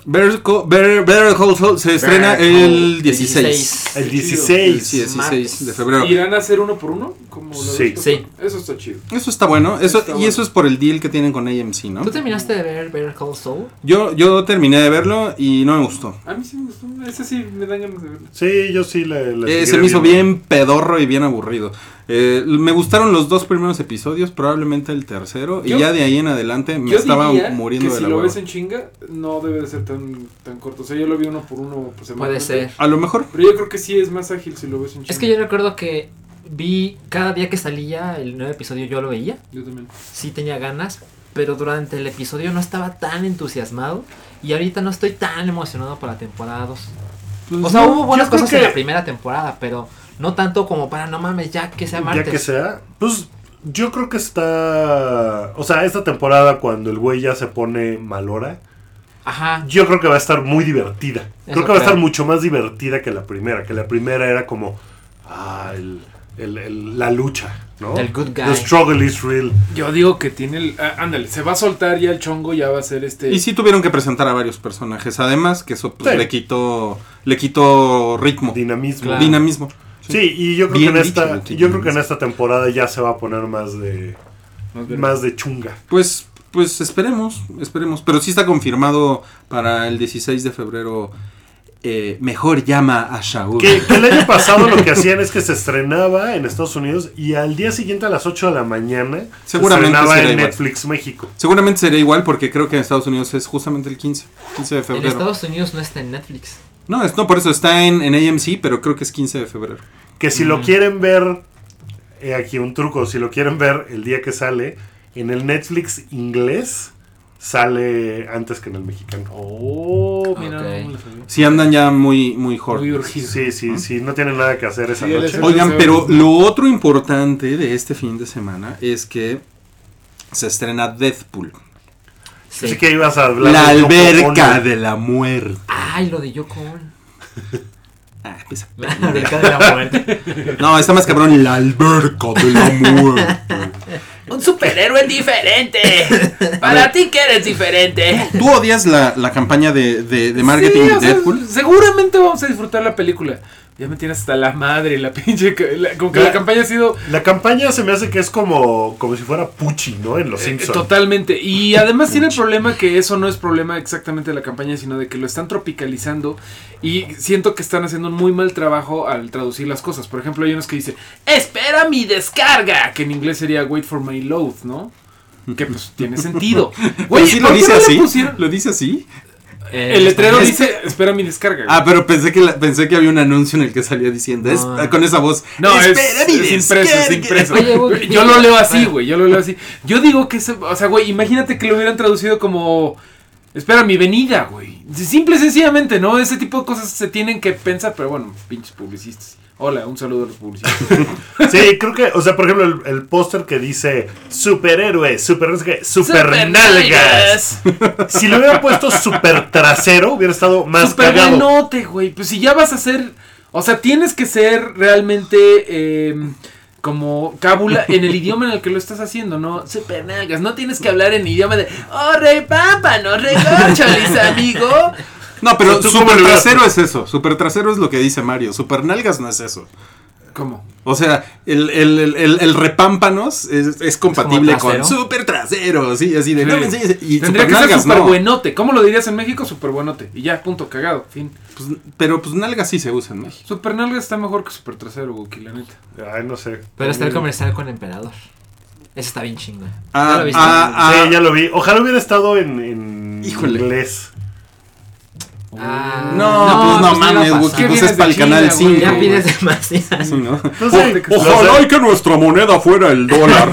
Speaker 5: Better, Co- Better- Better Call Saul se estrena
Speaker 4: Better
Speaker 5: el
Speaker 4: Call
Speaker 5: 16.
Speaker 2: El
Speaker 3: Qué chido.
Speaker 2: 16.
Speaker 5: El 16 de febrero.
Speaker 3: ¿Irán a hacer uno por uno? Como lo
Speaker 2: Sí.
Speaker 3: ves?
Speaker 4: Sí.
Speaker 3: Eso está chido.
Speaker 5: Eso está bueno, eso,
Speaker 3: Está
Speaker 5: y
Speaker 3: bueno.
Speaker 5: eso es por el deal que tienen con AMC, ¿no?
Speaker 4: ¿Tú terminaste de ver Better Call Saul?
Speaker 5: Yo, yo terminé de verlo y no me gustó.
Speaker 3: A mí sí me gustó. Ese sí me dan ganas de verlo.
Speaker 2: Sí, yo sí la. la seguiré
Speaker 5: Eh, se me hizo
Speaker 2: viendo.
Speaker 5: bien pedorro y bien aburrido. Eh, me gustaron los dos primeros episodios, probablemente el tercero,
Speaker 3: Yo-
Speaker 5: y ya de ahí en adelante me
Speaker 3: Yo
Speaker 5: estaba
Speaker 3: diría
Speaker 5: muriendo
Speaker 3: que
Speaker 5: de
Speaker 3: si
Speaker 5: la
Speaker 3: lo
Speaker 5: hueva.
Speaker 3: ves en chinga, no debe de ser tan, tan corto. O sea, yo lo vi uno por uno por semana.
Speaker 4: Puede ser.
Speaker 5: A lo mejor.
Speaker 3: Pero yo creo que sí es más ágil si lo ves en chinga.
Speaker 4: Es que yo recuerdo que vi cada día que salía el nuevo episodio, yo lo veía.
Speaker 3: Yo también.
Speaker 4: Sí tenía ganas, pero durante el episodio no estaba tan entusiasmado. Y ahorita no estoy tan emocionado por la temporada 2. O sea,
Speaker 2: Pues no,
Speaker 4: hubo buenas
Speaker 2: yo creo
Speaker 4: cosas
Speaker 2: que-
Speaker 4: en la primera temporada, pero no tanto como para no mames, ya que sea martes.
Speaker 2: Ya que sea. Pues yo creo que está. O sea, esta temporada, cuando el güey ya se pone malora,
Speaker 4: Ajá.
Speaker 2: yo creo que va a estar muy divertida. creo
Speaker 4: Eso
Speaker 2: que va a estar
Speaker 4: creo.
Speaker 2: mucho más divertida que la primera. Que la primera era como. Ah, el- el- el- la lucha, ¿no?
Speaker 4: El good guy.
Speaker 2: The struggle is real.
Speaker 3: Yo digo que tiene el. ah, ándale, se va a soltar ya el chongo, ya va a ser este.
Speaker 5: Y sí tuvieron que presentar a varios personajes, además que eso pues,
Speaker 2: Sí.
Speaker 5: le quitó le quitó ritmo,
Speaker 2: Dinamismo.
Speaker 4: Claro.
Speaker 5: dinamismo.
Speaker 2: Sí, y yo creo
Speaker 5: Bien
Speaker 2: que en esta,
Speaker 5: dicho,
Speaker 2: yo creo que en esta temporada ya se va a poner más de
Speaker 3: Más ver-
Speaker 2: más de chunga.
Speaker 5: Pues pues esperemos, esperemos, pero sí está confirmado para el 16 de febrero eh, mejor llama a Shaul.
Speaker 2: Que, que el año pasado lo que hacían es que se estrenaba en Estados Unidos y al día siguiente a las 8 de la mañana se
Speaker 5: Seguramente
Speaker 2: estrenaba
Speaker 5: será
Speaker 2: en
Speaker 5: igual.
Speaker 2: Netflix México.
Speaker 5: Seguramente sería igual porque creo que en Estados Unidos es justamente el 15, 15 de
Speaker 4: En
Speaker 5: febrero.
Speaker 4: Estados Unidos no está en Netflix.
Speaker 5: No, es, no, por eso está en, en AMC, pero creo que es 15 de febrero.
Speaker 2: Que si lo quieren ver, he aquí un truco, si lo quieren ver el día que sale, en el Netflix inglés sale antes que en el mexicano.
Speaker 3: Oh, mira,
Speaker 4: Ok.
Speaker 3: no me lo sabía.
Speaker 5: Si andan ya muy, muy hot.
Speaker 3: Muy urgido.
Speaker 2: Sí, sí, sí, no tienen nada que hacer esa
Speaker 3: Sí,
Speaker 2: noche.
Speaker 3: el-
Speaker 5: Oigan, pero lo otro importante de este fin de semana es que se estrena Deathpool.
Speaker 4: Sí.
Speaker 2: Así que ibas a hablar
Speaker 5: La
Speaker 2: de Yoko
Speaker 5: alberca
Speaker 2: Ono.
Speaker 5: de la muerte.
Speaker 4: Ay, lo de Yoko Ono.
Speaker 5: Ah, pues,
Speaker 4: La beca de la muerte.
Speaker 5: No, está más cabrón. La alberca de la muerte.
Speaker 6: Un superhéroe diferente. Para ti que eres diferente.
Speaker 5: ¿Tú odias la, la campaña de, de- de marketing
Speaker 3: Sí, o
Speaker 5: de
Speaker 3: sea,
Speaker 5: Deathpool?
Speaker 3: seguramente vamos a disfrutar la película. Ya me tienes hasta la madre, la pinche. ca- la- como que
Speaker 2: Ya.
Speaker 3: la campaña ha sido eh,
Speaker 2: La campaña se me hace que es como, como si fuera Pucci, ¿no? En
Speaker 3: Eh,
Speaker 2: Los Simpsons.
Speaker 3: Totalmente. Y además tiene el problema que eso no es problema exactamente de la campaña, sino de que lo están tropicalizando y siento que están haciendo un muy mal trabajo al traducir las cosas. Por ejemplo, hay unos que dicen, espera mi descarga, que en inglés sería wait for my load, ¿no? Que pues tiene sentido. Güey,
Speaker 5: Pero sí
Speaker 3: ¿por
Speaker 5: lo
Speaker 3: qué
Speaker 5: dice
Speaker 3: no le
Speaker 5: así.
Speaker 3: pusieron?
Speaker 5: ¿Lo dice así?
Speaker 4: Eh,
Speaker 3: El letrero
Speaker 5: es-
Speaker 3: dice, espera mi descarga.
Speaker 5: Ah, pero pensé que, la- pensé que había un anuncio en el que salía diciendo es-
Speaker 4: No.
Speaker 5: con esa voz.
Speaker 3: No, es,
Speaker 5: "Espera mi
Speaker 3: es impreso, es
Speaker 5: descarga".
Speaker 3: impreso.
Speaker 4: Oye, güey,
Speaker 3: yo lo leo así,
Speaker 4: bueno.
Speaker 3: güey, yo lo leo así. Yo digo que, ese- o sea, güey, imagínate que lo hubieran traducido como, espera mi venida, güey. Simple y sencillamente, ¿no? Ese tipo de cosas se tienen que pensar, pero bueno, pinches publicistas. Hola, un saludo a los publicistas.
Speaker 2: Sí, creo que, o sea, por ejemplo, el, el póster que dice superhéroe, super, no sé qué, super nalgas. Si le hubiera puesto super trasero, hubiera estado más
Speaker 3: Super
Speaker 2: cagado.
Speaker 3: buenote, güey. Pues si ya vas a ser, o sea, tienes que ser realmente eh, como cábula en el idioma en el que lo estás haciendo, ¿no?
Speaker 6: Super nalgas. No tienes que hablar en idioma de. Oh, rey pámpano, regorcholis, amigo.
Speaker 5: No, pero
Speaker 2: ¿Tú cómo lo
Speaker 5: super
Speaker 2: hubieras
Speaker 5: trasero es eso. Super trasero es lo que dice Mario. Super nalgas no es eso.
Speaker 3: ¿Cómo?
Speaker 5: O sea, el, el, el, el- el repámpanos es, es compatible con
Speaker 4: trasero?
Speaker 5: super trasero. Sí, así de.
Speaker 3: Sí.
Speaker 5: No me enseñes. Y
Speaker 3: Tendría
Speaker 5: super
Speaker 3: que ser
Speaker 5: nalgas
Speaker 3: super
Speaker 5: no.
Speaker 3: buenote. ¿Cómo lo dirías en México? Super buenote. Y ya, punto, cagado, fin.
Speaker 5: Pues, pero pues nalgas sí se usa en México.
Speaker 3: Super nalga está mejor que super trasero, Wookie, la neta.
Speaker 2: Ay, no sé.
Speaker 4: Pero está el comercial con Emperador. Ese está bien chingo.
Speaker 5: Ah,
Speaker 4: ¿Ya lo viste?
Speaker 5: ah, ah.
Speaker 2: Sí, ya lo vi. Ojalá hubiera estado en, en
Speaker 5: Híjole.
Speaker 2: inglés.
Speaker 4: Ah, pues
Speaker 5: No, pues no
Speaker 4: iba a
Speaker 5: mames,
Speaker 4: pasar.
Speaker 5: Wookie, pues
Speaker 3: vienes
Speaker 5: es para
Speaker 3: de
Speaker 5: el canal
Speaker 3: China, güey?
Speaker 5: 5.
Speaker 4: Ya pides demasiado.
Speaker 5: Sí, ¿no?
Speaker 2: No sé,
Speaker 5: O-
Speaker 2: no sé,
Speaker 5: que nuestra moneda fuera el dólar.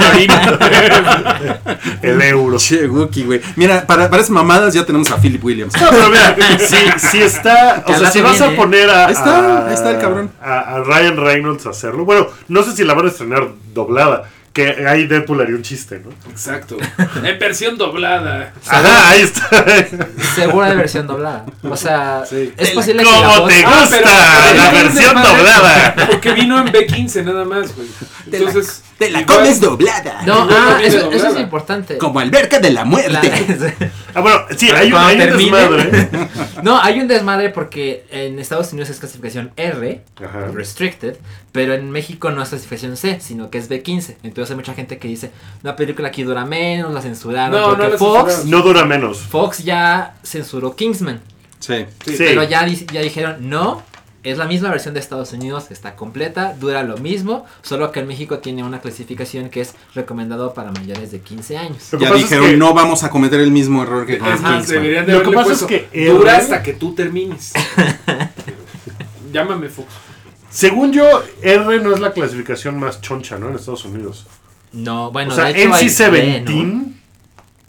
Speaker 2: el euro.
Speaker 5: che, Wookie, güey. Mira, para, para esas mamadas ya tenemos a Philip Williams.
Speaker 2: No, pero mira, si, si está, o
Speaker 4: Que
Speaker 2: sea, si
Speaker 4: hablaste
Speaker 2: vas
Speaker 4: bien,
Speaker 2: a
Speaker 4: ¿eh?
Speaker 2: poner a,
Speaker 5: Ahí está,
Speaker 2: a-
Speaker 5: ahí está el cabrón.
Speaker 2: A, a Ryan Reynolds a hacerlo. Bueno, no sé si la van a estrenar doblada, que ahí Deadpool haría un chiste, ¿no?
Speaker 3: Exacto. En versión doblada.
Speaker 2: Ajá, ahí está.
Speaker 4: Segura de versión doblada. O sea,
Speaker 3: Sí.
Speaker 4: es posible que la
Speaker 2: ¿Cómo
Speaker 4: voz...
Speaker 2: te
Speaker 3: Ah,
Speaker 2: gusta la
Speaker 3: es
Speaker 2: versión
Speaker 3: desmadre,
Speaker 2: doblada?
Speaker 3: Porque vino en B15 nada más, güey.
Speaker 5: Te la-
Speaker 3: Entonces.
Speaker 5: te la
Speaker 3: igual-
Speaker 5: comes doblada.
Speaker 4: No,
Speaker 3: Igual
Speaker 4: ah,
Speaker 3: no viene
Speaker 4: eso, eso es
Speaker 3: doblada.
Speaker 4: importante.
Speaker 5: Como alberca de la
Speaker 4: La-
Speaker 5: muerte.
Speaker 2: Ah, bueno, sí, hay un,
Speaker 4: Cuando
Speaker 2: hay un
Speaker 4: termine.
Speaker 2: desmadre.
Speaker 4: no, hay un desmadre porque en Estados Unidos es clasificación R,
Speaker 2: Ajá.
Speaker 4: restricted, pero en México no es clasificación C, sino que es B15. Entonces hay mucha gente que dice, la película aquí dura menos, la censuraron,
Speaker 3: No, no
Speaker 4: porque
Speaker 3: la
Speaker 4: Fox,
Speaker 3: censuraron.
Speaker 2: No dura menos.
Speaker 4: Fox ya censuró Kingsman.
Speaker 5: Sí.
Speaker 2: Sí.
Speaker 4: Pero ya, di- ya dijeron, no, es la misma versión de Estados Unidos, está completa, dura lo mismo, solo que en México tiene una clasificación que es recomendado para mayores de 15 años.
Speaker 2: Lo que
Speaker 5: Ya
Speaker 2: pasa es
Speaker 5: dijeron,
Speaker 2: que-
Speaker 5: no vamos a cometer el mismo error que con
Speaker 3: Es más,
Speaker 5: Kingsman.
Speaker 3: deberían de
Speaker 2: Lo que
Speaker 3: haberle
Speaker 2: pasa es
Speaker 3: puesto,
Speaker 2: que el-
Speaker 3: dura hasta que tú termines. Llámame Fox.
Speaker 2: Según yo, R no es la clasificación más choncha, ¿no? En Estados Unidos.
Speaker 4: No, bueno,
Speaker 2: O sea,
Speaker 4: de hecho hay
Speaker 2: NC-17
Speaker 4: B, ¿no?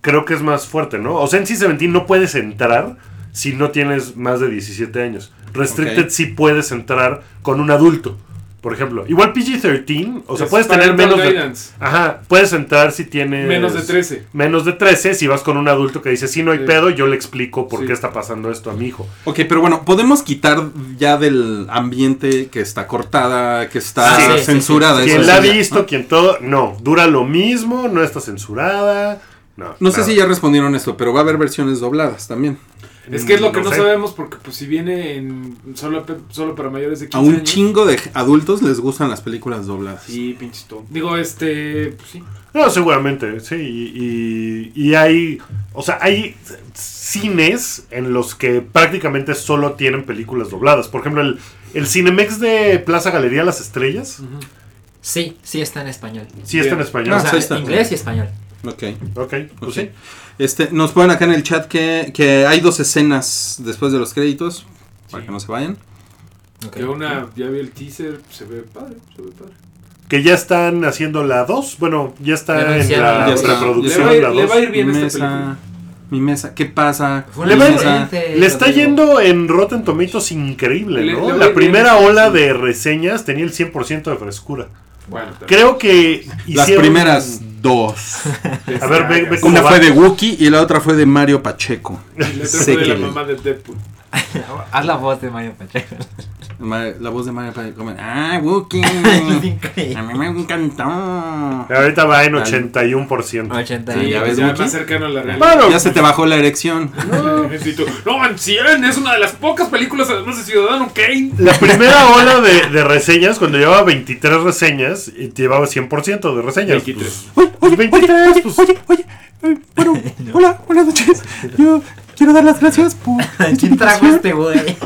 Speaker 2: creo que es más fuerte, ¿no? O sea, NC-17 no puedes entrar si no tienes más de 17 años. Restricted
Speaker 5: Ok.
Speaker 2: sí puedes entrar con un adulto, por ejemplo. Igual PG-13, o sea,
Speaker 3: Es
Speaker 2: puedes tener
Speaker 3: parental
Speaker 2: menos de...
Speaker 3: guidance.
Speaker 2: Ajá, puedes entrar si tienes...
Speaker 3: Menos de 13.
Speaker 2: Menos de 13 si vas con un adulto que dice, sí, no hay
Speaker 3: Sí.
Speaker 2: pedo, yo le explico por
Speaker 3: Sí.
Speaker 2: qué está pasando esto a mi hijo.
Speaker 5: Ok, pero bueno, podemos quitar ya del ambiente que está cortada, que está
Speaker 4: Sí, sí, sí,
Speaker 5: censurada. eso
Speaker 2: Quien
Speaker 5: es
Speaker 2: la ha
Speaker 5: ya,
Speaker 2: visto,
Speaker 5: ¿no?
Speaker 2: quien todo... No, dura lo mismo, no está censurada. No,
Speaker 5: No sé
Speaker 2: nada.
Speaker 5: si ya respondieron esto, pero va a haber versiones dobladas también.
Speaker 3: Es que es lo que no,
Speaker 2: Mm, sé.
Speaker 3: sabemos porque pues si viene en solo, pe- solo para mayores de 15
Speaker 5: A un
Speaker 3: años.
Speaker 5: chingo de adultos les gustan las películas dobladas.
Speaker 3: Sí, pinche tonto. Digo, este, pues sí.
Speaker 2: No, seguramente, sí. Y, y- y hay, o sea, hay cines en los que prácticamente solo tienen películas dobladas. Por ejemplo, el, el Cinemex de Plaza Galería Las Estrellas,
Speaker 4: Sí, sí está en español.
Speaker 2: sí está en
Speaker 3: Bien.
Speaker 2: español.
Speaker 5: Ah,
Speaker 4: o sea,
Speaker 5: sí está.
Speaker 4: inglés y español.
Speaker 5: Ok.
Speaker 2: Ok, pues sí.
Speaker 5: ok. Este, nos ponen acá en el chat que, que hay dos escenas después de los créditos, para
Speaker 3: Sí.
Speaker 5: que no se vayan.
Speaker 4: Ok.
Speaker 3: Que una, ya vi el teaser, pues, se ve padre, se ve padre.
Speaker 2: Que ya están haciendo la 2. Bueno, ya
Speaker 4: Ya
Speaker 2: está en
Speaker 4: anunciaron
Speaker 2: Ah, la
Speaker 5: la dos.
Speaker 3: Le
Speaker 2: reproducción
Speaker 3: va, a ir,
Speaker 2: la
Speaker 3: le va a
Speaker 2: 2.
Speaker 3: ir bien
Speaker 5: mi
Speaker 3: esta
Speaker 5: mesa,
Speaker 3: película.
Speaker 5: mi mesa, ¿qué pasa?
Speaker 4: Fue
Speaker 5: Mi
Speaker 2: Le va a-
Speaker 5: mesa.
Speaker 4: excelente,
Speaker 2: Le está
Speaker 4: Rodrigo.
Speaker 2: yendo en Rotten Tomatoes increíble,
Speaker 3: Le- le
Speaker 2: ¿no?
Speaker 3: va
Speaker 2: La
Speaker 3: bien.
Speaker 2: primera ola de reseñas tenía el 100% de frescura.
Speaker 3: Bueno, también.
Speaker 2: Creo que
Speaker 5: Las
Speaker 2: hicieron-
Speaker 5: primeras dos.
Speaker 2: A ver, ve- ve cómo
Speaker 5: Una
Speaker 2: va.
Speaker 5: fue de Wookie y la otra fue de Mario Pacheco.
Speaker 3: Y la otra
Speaker 5: Sé
Speaker 3: fue de
Speaker 5: que
Speaker 3: la
Speaker 5: le-
Speaker 3: mamá de Deadpool.
Speaker 4: Haz la voz de Mario Pacheco.
Speaker 5: Ma- La voz de Mario Pacheco. Ah, Wookie.
Speaker 4: es
Speaker 5: A
Speaker 4: increíble.
Speaker 5: mí me encantó.
Speaker 2: Ahorita va en
Speaker 5: Al-
Speaker 2: 81%.
Speaker 4: 80
Speaker 5: Sí, ya
Speaker 4: años.
Speaker 5: ves,
Speaker 3: ya
Speaker 5: Wookie.
Speaker 3: más cercano a la realidad.
Speaker 2: Bueno,
Speaker 5: Ya se te bajó la erección.
Speaker 3: Y tú, No, en 100 es una de las pocas películas además de Ciudadano Kane.
Speaker 2: La primera ola de, de reseñas, cuando llevaba 23 reseñas, y llevaba 100% de reseñas.
Speaker 3: 23.
Speaker 2: Pues, 23, pues,
Speaker 5: oye. eh, Bueno, hola, buenas noches. Yo quiero dar las gracias por,
Speaker 4: ¿Quién trajo este güey?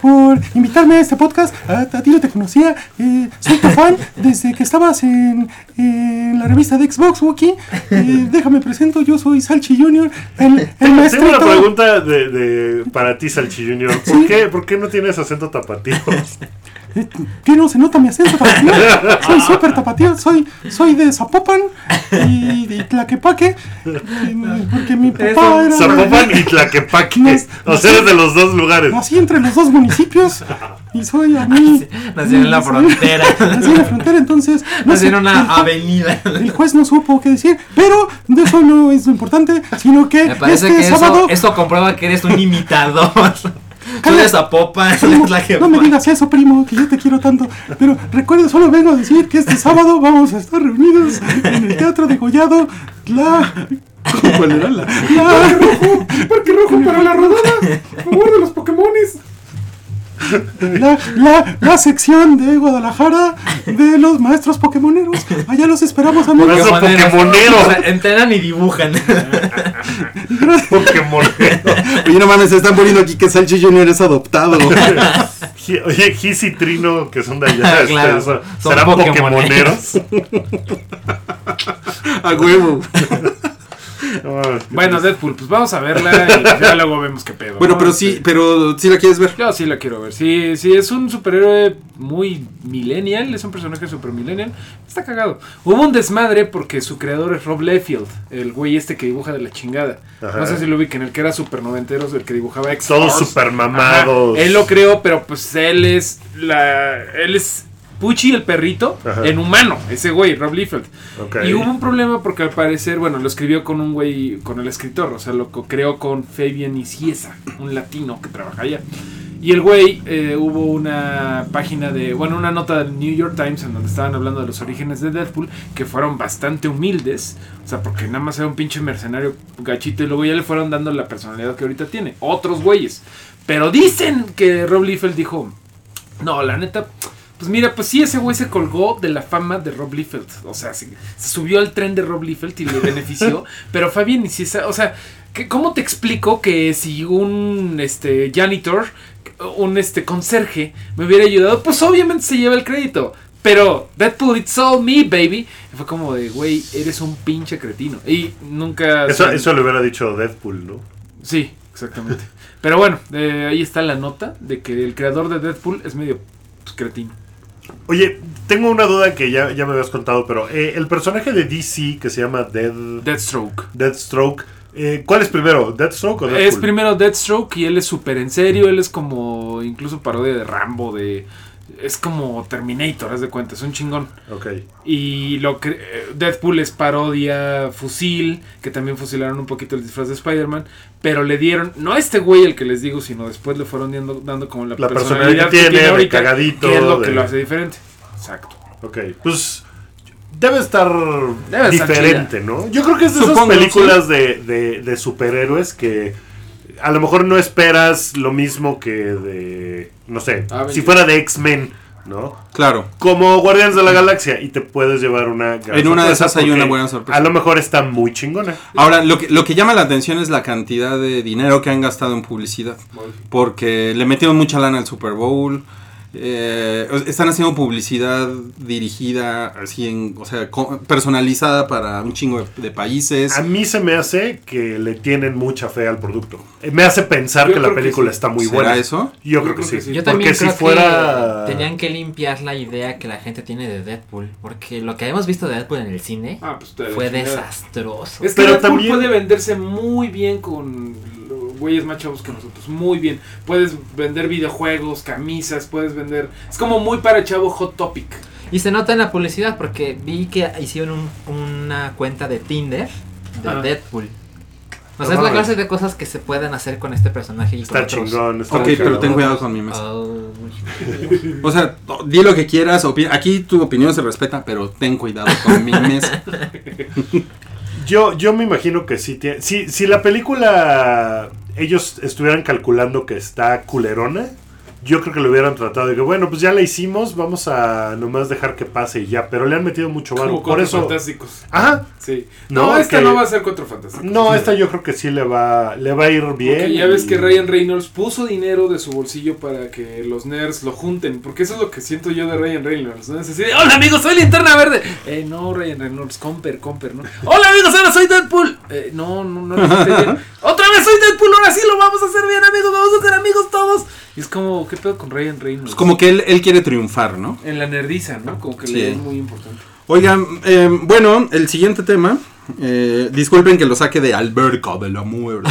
Speaker 5: por invitarme a este podcast. A, a ti no te conocía. eh, soy tu fan desde que estabas en, en la revista de Xbox, Wookie. Eh, déjame presento, yo soy Salchi Jr., el, el
Speaker 2: Tengo una
Speaker 5: maestrito.
Speaker 2: pregunta de, de- para ti, Salchi Junior. ¿Por qué, ¿Por qué no tienes acento tapatío?
Speaker 5: Eh, ¿Qué no se nota mi acento tapatío? Soy súper tapatío, soy, soy de Zapopan y, y Tlaquepaque, eh, porque mi papá era...
Speaker 2: Zapopan y Tlaquepaque. O sea, eres de los dos lugares.
Speaker 5: Nací entre los dos municipios y soy a mí...
Speaker 4: Nació en la frontera.
Speaker 5: Nací en la frontera, entonces...
Speaker 4: Nació
Speaker 5: no
Speaker 4: en
Speaker 5: sé, el
Speaker 4: una
Speaker 5: juez-
Speaker 4: avenida.
Speaker 5: El juez no supo qué decir, pero de eso no es lo importante, sino que
Speaker 4: Me parece
Speaker 5: este
Speaker 4: que eso,
Speaker 5: sábado...
Speaker 4: eso comprueba que eres un imitador. Tú
Speaker 5: Cállate.
Speaker 4: eres a popa,
Speaker 5: Primo,
Speaker 4: es la que
Speaker 5: no me digas eso, primo, que yo te quiero tanto. Pero recuerda, solo vengo a decir que este sábado vamos a estar reunidos en el Teatro de Gollado. La. ¿Cuál era la? La rojo, parque rojo para la rodada. Favor de los Pokémones. La, la, la sección de Guadalajara de los maestros Pokémoneros. Allá los esperamos,
Speaker 2: Por
Speaker 5: amigos.
Speaker 2: eso Pokémonero.
Speaker 4: O sea, entrenan y dibujan.
Speaker 2: Pokémonero.
Speaker 5: Oye, no mames, se están poniendo aquí que Salchi Junior es adoptado.
Speaker 2: Gi- Oye, Gis y Trino, que son de allá, este,
Speaker 4: Claro,
Speaker 2: eso-
Speaker 4: son
Speaker 2: ¿serán
Speaker 4: pokemoneros.
Speaker 2: Pokémoneros?
Speaker 5: A huevo.
Speaker 2: No mames.
Speaker 3: Bueno, Deadpool, pues vamos a verla y ya luego vemos qué pedo.
Speaker 5: Bueno,
Speaker 3: ¿no?
Speaker 5: pero sí,
Speaker 3: Este,
Speaker 5: pero sí la quieres ver.
Speaker 3: Yo sí la quiero ver. Sí, sí, es un superhéroe muy millennial. Es un personaje super millennial. Está cagado. Hubo un desmadre porque su creador es Rob Liefeld, el güey este que dibuja de la chingada.
Speaker 2: Ajá.
Speaker 3: No sé si lo ubiquen, el que era super noventeros, el que dibujaba x
Speaker 2: Todos super mamados.
Speaker 3: Él lo creó, pero pues él es la. Él es Pucci el perrito
Speaker 2: Ajá.
Speaker 3: en humano, ese güey, Rob Liefeld.
Speaker 2: Ok.
Speaker 3: Y hubo un problema porque al parecer, bueno, lo escribió con un güey, con el escritor, o sea, lo co- creó con Fabian Isiesa, un latino que trabaja allá. Y el güey, eh, hubo una página de, bueno, una nota del New York Times en donde estaban hablando de los orígenes de Deadpool, que fueron bastante humildes, o sea, porque nada más era un pinche mercenario gachito y luego ya le fueron dando la personalidad que ahorita tiene, otros güeyes. Pero dicen que Rob Liefeld dijo, no, la neta, pues mira, pues sí, ese güey se colgó de la fama de Rob Liefeld. O sea, se, se subió al tren de Rob Liefeld y le benefició. pero Fabian y si esa, o sea, ¿qué- ¿cómo te explico que si un este, janitor, un este conserje, me hubiera ayudado? Pues obviamente se lleva el crédito. Pero Deadpool, it's all me, baby. Fue como de, güey, eres un pinche cretino. Y nunca...
Speaker 2: Eso,
Speaker 3: se-
Speaker 2: eso le hubiera dicho Deadpool, ¿no?
Speaker 3: Sí, exactamente. Pero bueno, eh, ahí está la nota de que el creador de Deadpool es medio pues, cretino.
Speaker 2: Oye, tengo una duda que ya, ya me habías contado, pero eh, el personaje de DC que se llama Dead,
Speaker 3: Deathstroke.
Speaker 2: Deathstroke, eh, ¿cuál es primero? ¿Deathstroke o Deadpool?
Speaker 3: Es primero Deathstroke y él es súper en serio, él es como incluso parodia de Rambo, de... Es como Terminator, haz de cuenta, es un chingón.
Speaker 2: Ok.
Speaker 3: Y lo que eh, Deadpool es parodia fusil, que también fusilaron un poquito el disfraz de Spider-Man, pero le dieron, no a este güey el que les digo, sino después le fueron dando, dando como la,
Speaker 2: La personalidad
Speaker 3: personalidad, que tiene,
Speaker 2: de
Speaker 3: ahorita,
Speaker 2: cagadito,
Speaker 3: que es lo que
Speaker 2: de-
Speaker 3: lo hace diferente. Exacto.
Speaker 2: Ok, pues debe estar
Speaker 3: Debe estar
Speaker 2: diferente, ¿no? Yo creo que es de
Speaker 3: Supongo,
Speaker 2: esas películas de, de- de superhéroes que a lo mejor no esperas lo mismo que de, no sé,
Speaker 3: Avengers.
Speaker 2: si fuera de X-Men, ¿no?
Speaker 5: Claro.
Speaker 2: Como Guardianes de la Galaxia y te puedes llevar una... gran
Speaker 5: En una de
Speaker 2: sorpresa
Speaker 5: esas hay
Speaker 2: porque
Speaker 5: una buena sorpresa.
Speaker 2: A lo mejor está muy chingona.
Speaker 5: Ahora, lo que, lo que llama la atención es la cantidad de dinero que han gastado en publicidad. Porque le metieron mucha lana al Super Bowl. eh, están haciendo publicidad dirigida, así en, o sea, co- personalizada para un chingo de, de países.
Speaker 2: A mí se me hace que le tienen mucha fe al producto. Eh, Me hace pensar
Speaker 3: Yo
Speaker 2: que la
Speaker 3: creo que
Speaker 2: película
Speaker 3: sí.
Speaker 2: está muy
Speaker 5: ¿Será
Speaker 2: buena.
Speaker 5: eso?
Speaker 2: Yo, creo, que, sí.
Speaker 4: Yo
Speaker 2: Porque
Speaker 4: también
Speaker 2: si
Speaker 4: creo
Speaker 2: fuera...
Speaker 4: que tenían que limpiar la idea que la gente tiene de Deadpool, porque lo que hemos visto de Deadpool en el cine
Speaker 3: Ah, pues, de la
Speaker 4: fue
Speaker 3: chingada.
Speaker 4: desastroso.
Speaker 3: Es que
Speaker 2: Pero
Speaker 3: Deadpool
Speaker 2: también-
Speaker 3: puede venderse muy bien con güeyes más chavos que nosotros. Muy bien. Puedes vender videojuegos, camisas, puedes vender. Es como muy para chavo Hot Topic.
Speaker 4: Y se nota en la publicidad porque vi que hicieron un- una cuenta de Tinder de
Speaker 3: Ah.
Speaker 4: Deadpool. O
Speaker 2: No
Speaker 4: sea, es la
Speaker 2: mames.
Speaker 4: clase de cosas que se pueden hacer con este personaje y con
Speaker 2: Está
Speaker 4: otros.
Speaker 2: chingón. Está
Speaker 5: Ok,
Speaker 2: muy
Speaker 5: pero
Speaker 2: cabrón.
Speaker 5: ten cuidado con mi mesa.
Speaker 4: Oh.
Speaker 5: O sea, o- di lo que quieras, opi- aquí tu opinión se respeta, pero ten cuidado con mi mesa.
Speaker 2: Yo, yo me imagino que sí tiene. Si, si la película ellos estuvieran calculando que está culerona, yo creo que lo hubieran tratado de que, bueno, pues ya la hicimos, vamos a nomás dejar que pase y ya. Pero le han metido mucho
Speaker 3: Como
Speaker 2: barro. Por
Speaker 3: Cuatro
Speaker 2: eso.
Speaker 3: Fantásticos.
Speaker 2: Ajá.
Speaker 3: Sí. No,
Speaker 2: No,
Speaker 3: esta
Speaker 2: que-
Speaker 3: no va a ser Cuatro Fantásticos.
Speaker 2: No, esta yo creo que sí le va, le va a ir bien.
Speaker 3: Porque ya ves
Speaker 2: y-
Speaker 3: que Ryan Reynolds puso dinero de su bolsillo para que los nerds lo junten. Porque eso es lo que siento yo de Ryan Reynolds. ¿no? Es así de, hola amigos, soy linterna verde. Eh, no, Ryan Reynolds, comper, comper, ¿no? Hola amigos, ahora soy Deadpool. Eh, no, no, no lo hiciste bien. Otra vez soy Deadpool, ahora sí lo vamos a hacer bien, amigos, vamos a ser amigos todos. Y es como, ¿qué pedo con Ryan Reynolds?
Speaker 5: Pues como que él, él quiere triunfar, ¿no?
Speaker 3: En la nerdiza, ¿no? Como que
Speaker 5: Sí.
Speaker 3: le es muy importante.
Speaker 5: Oigan, eh, bueno, el siguiente tema. eh, disculpen que lo saque de Alberca de la Muerte.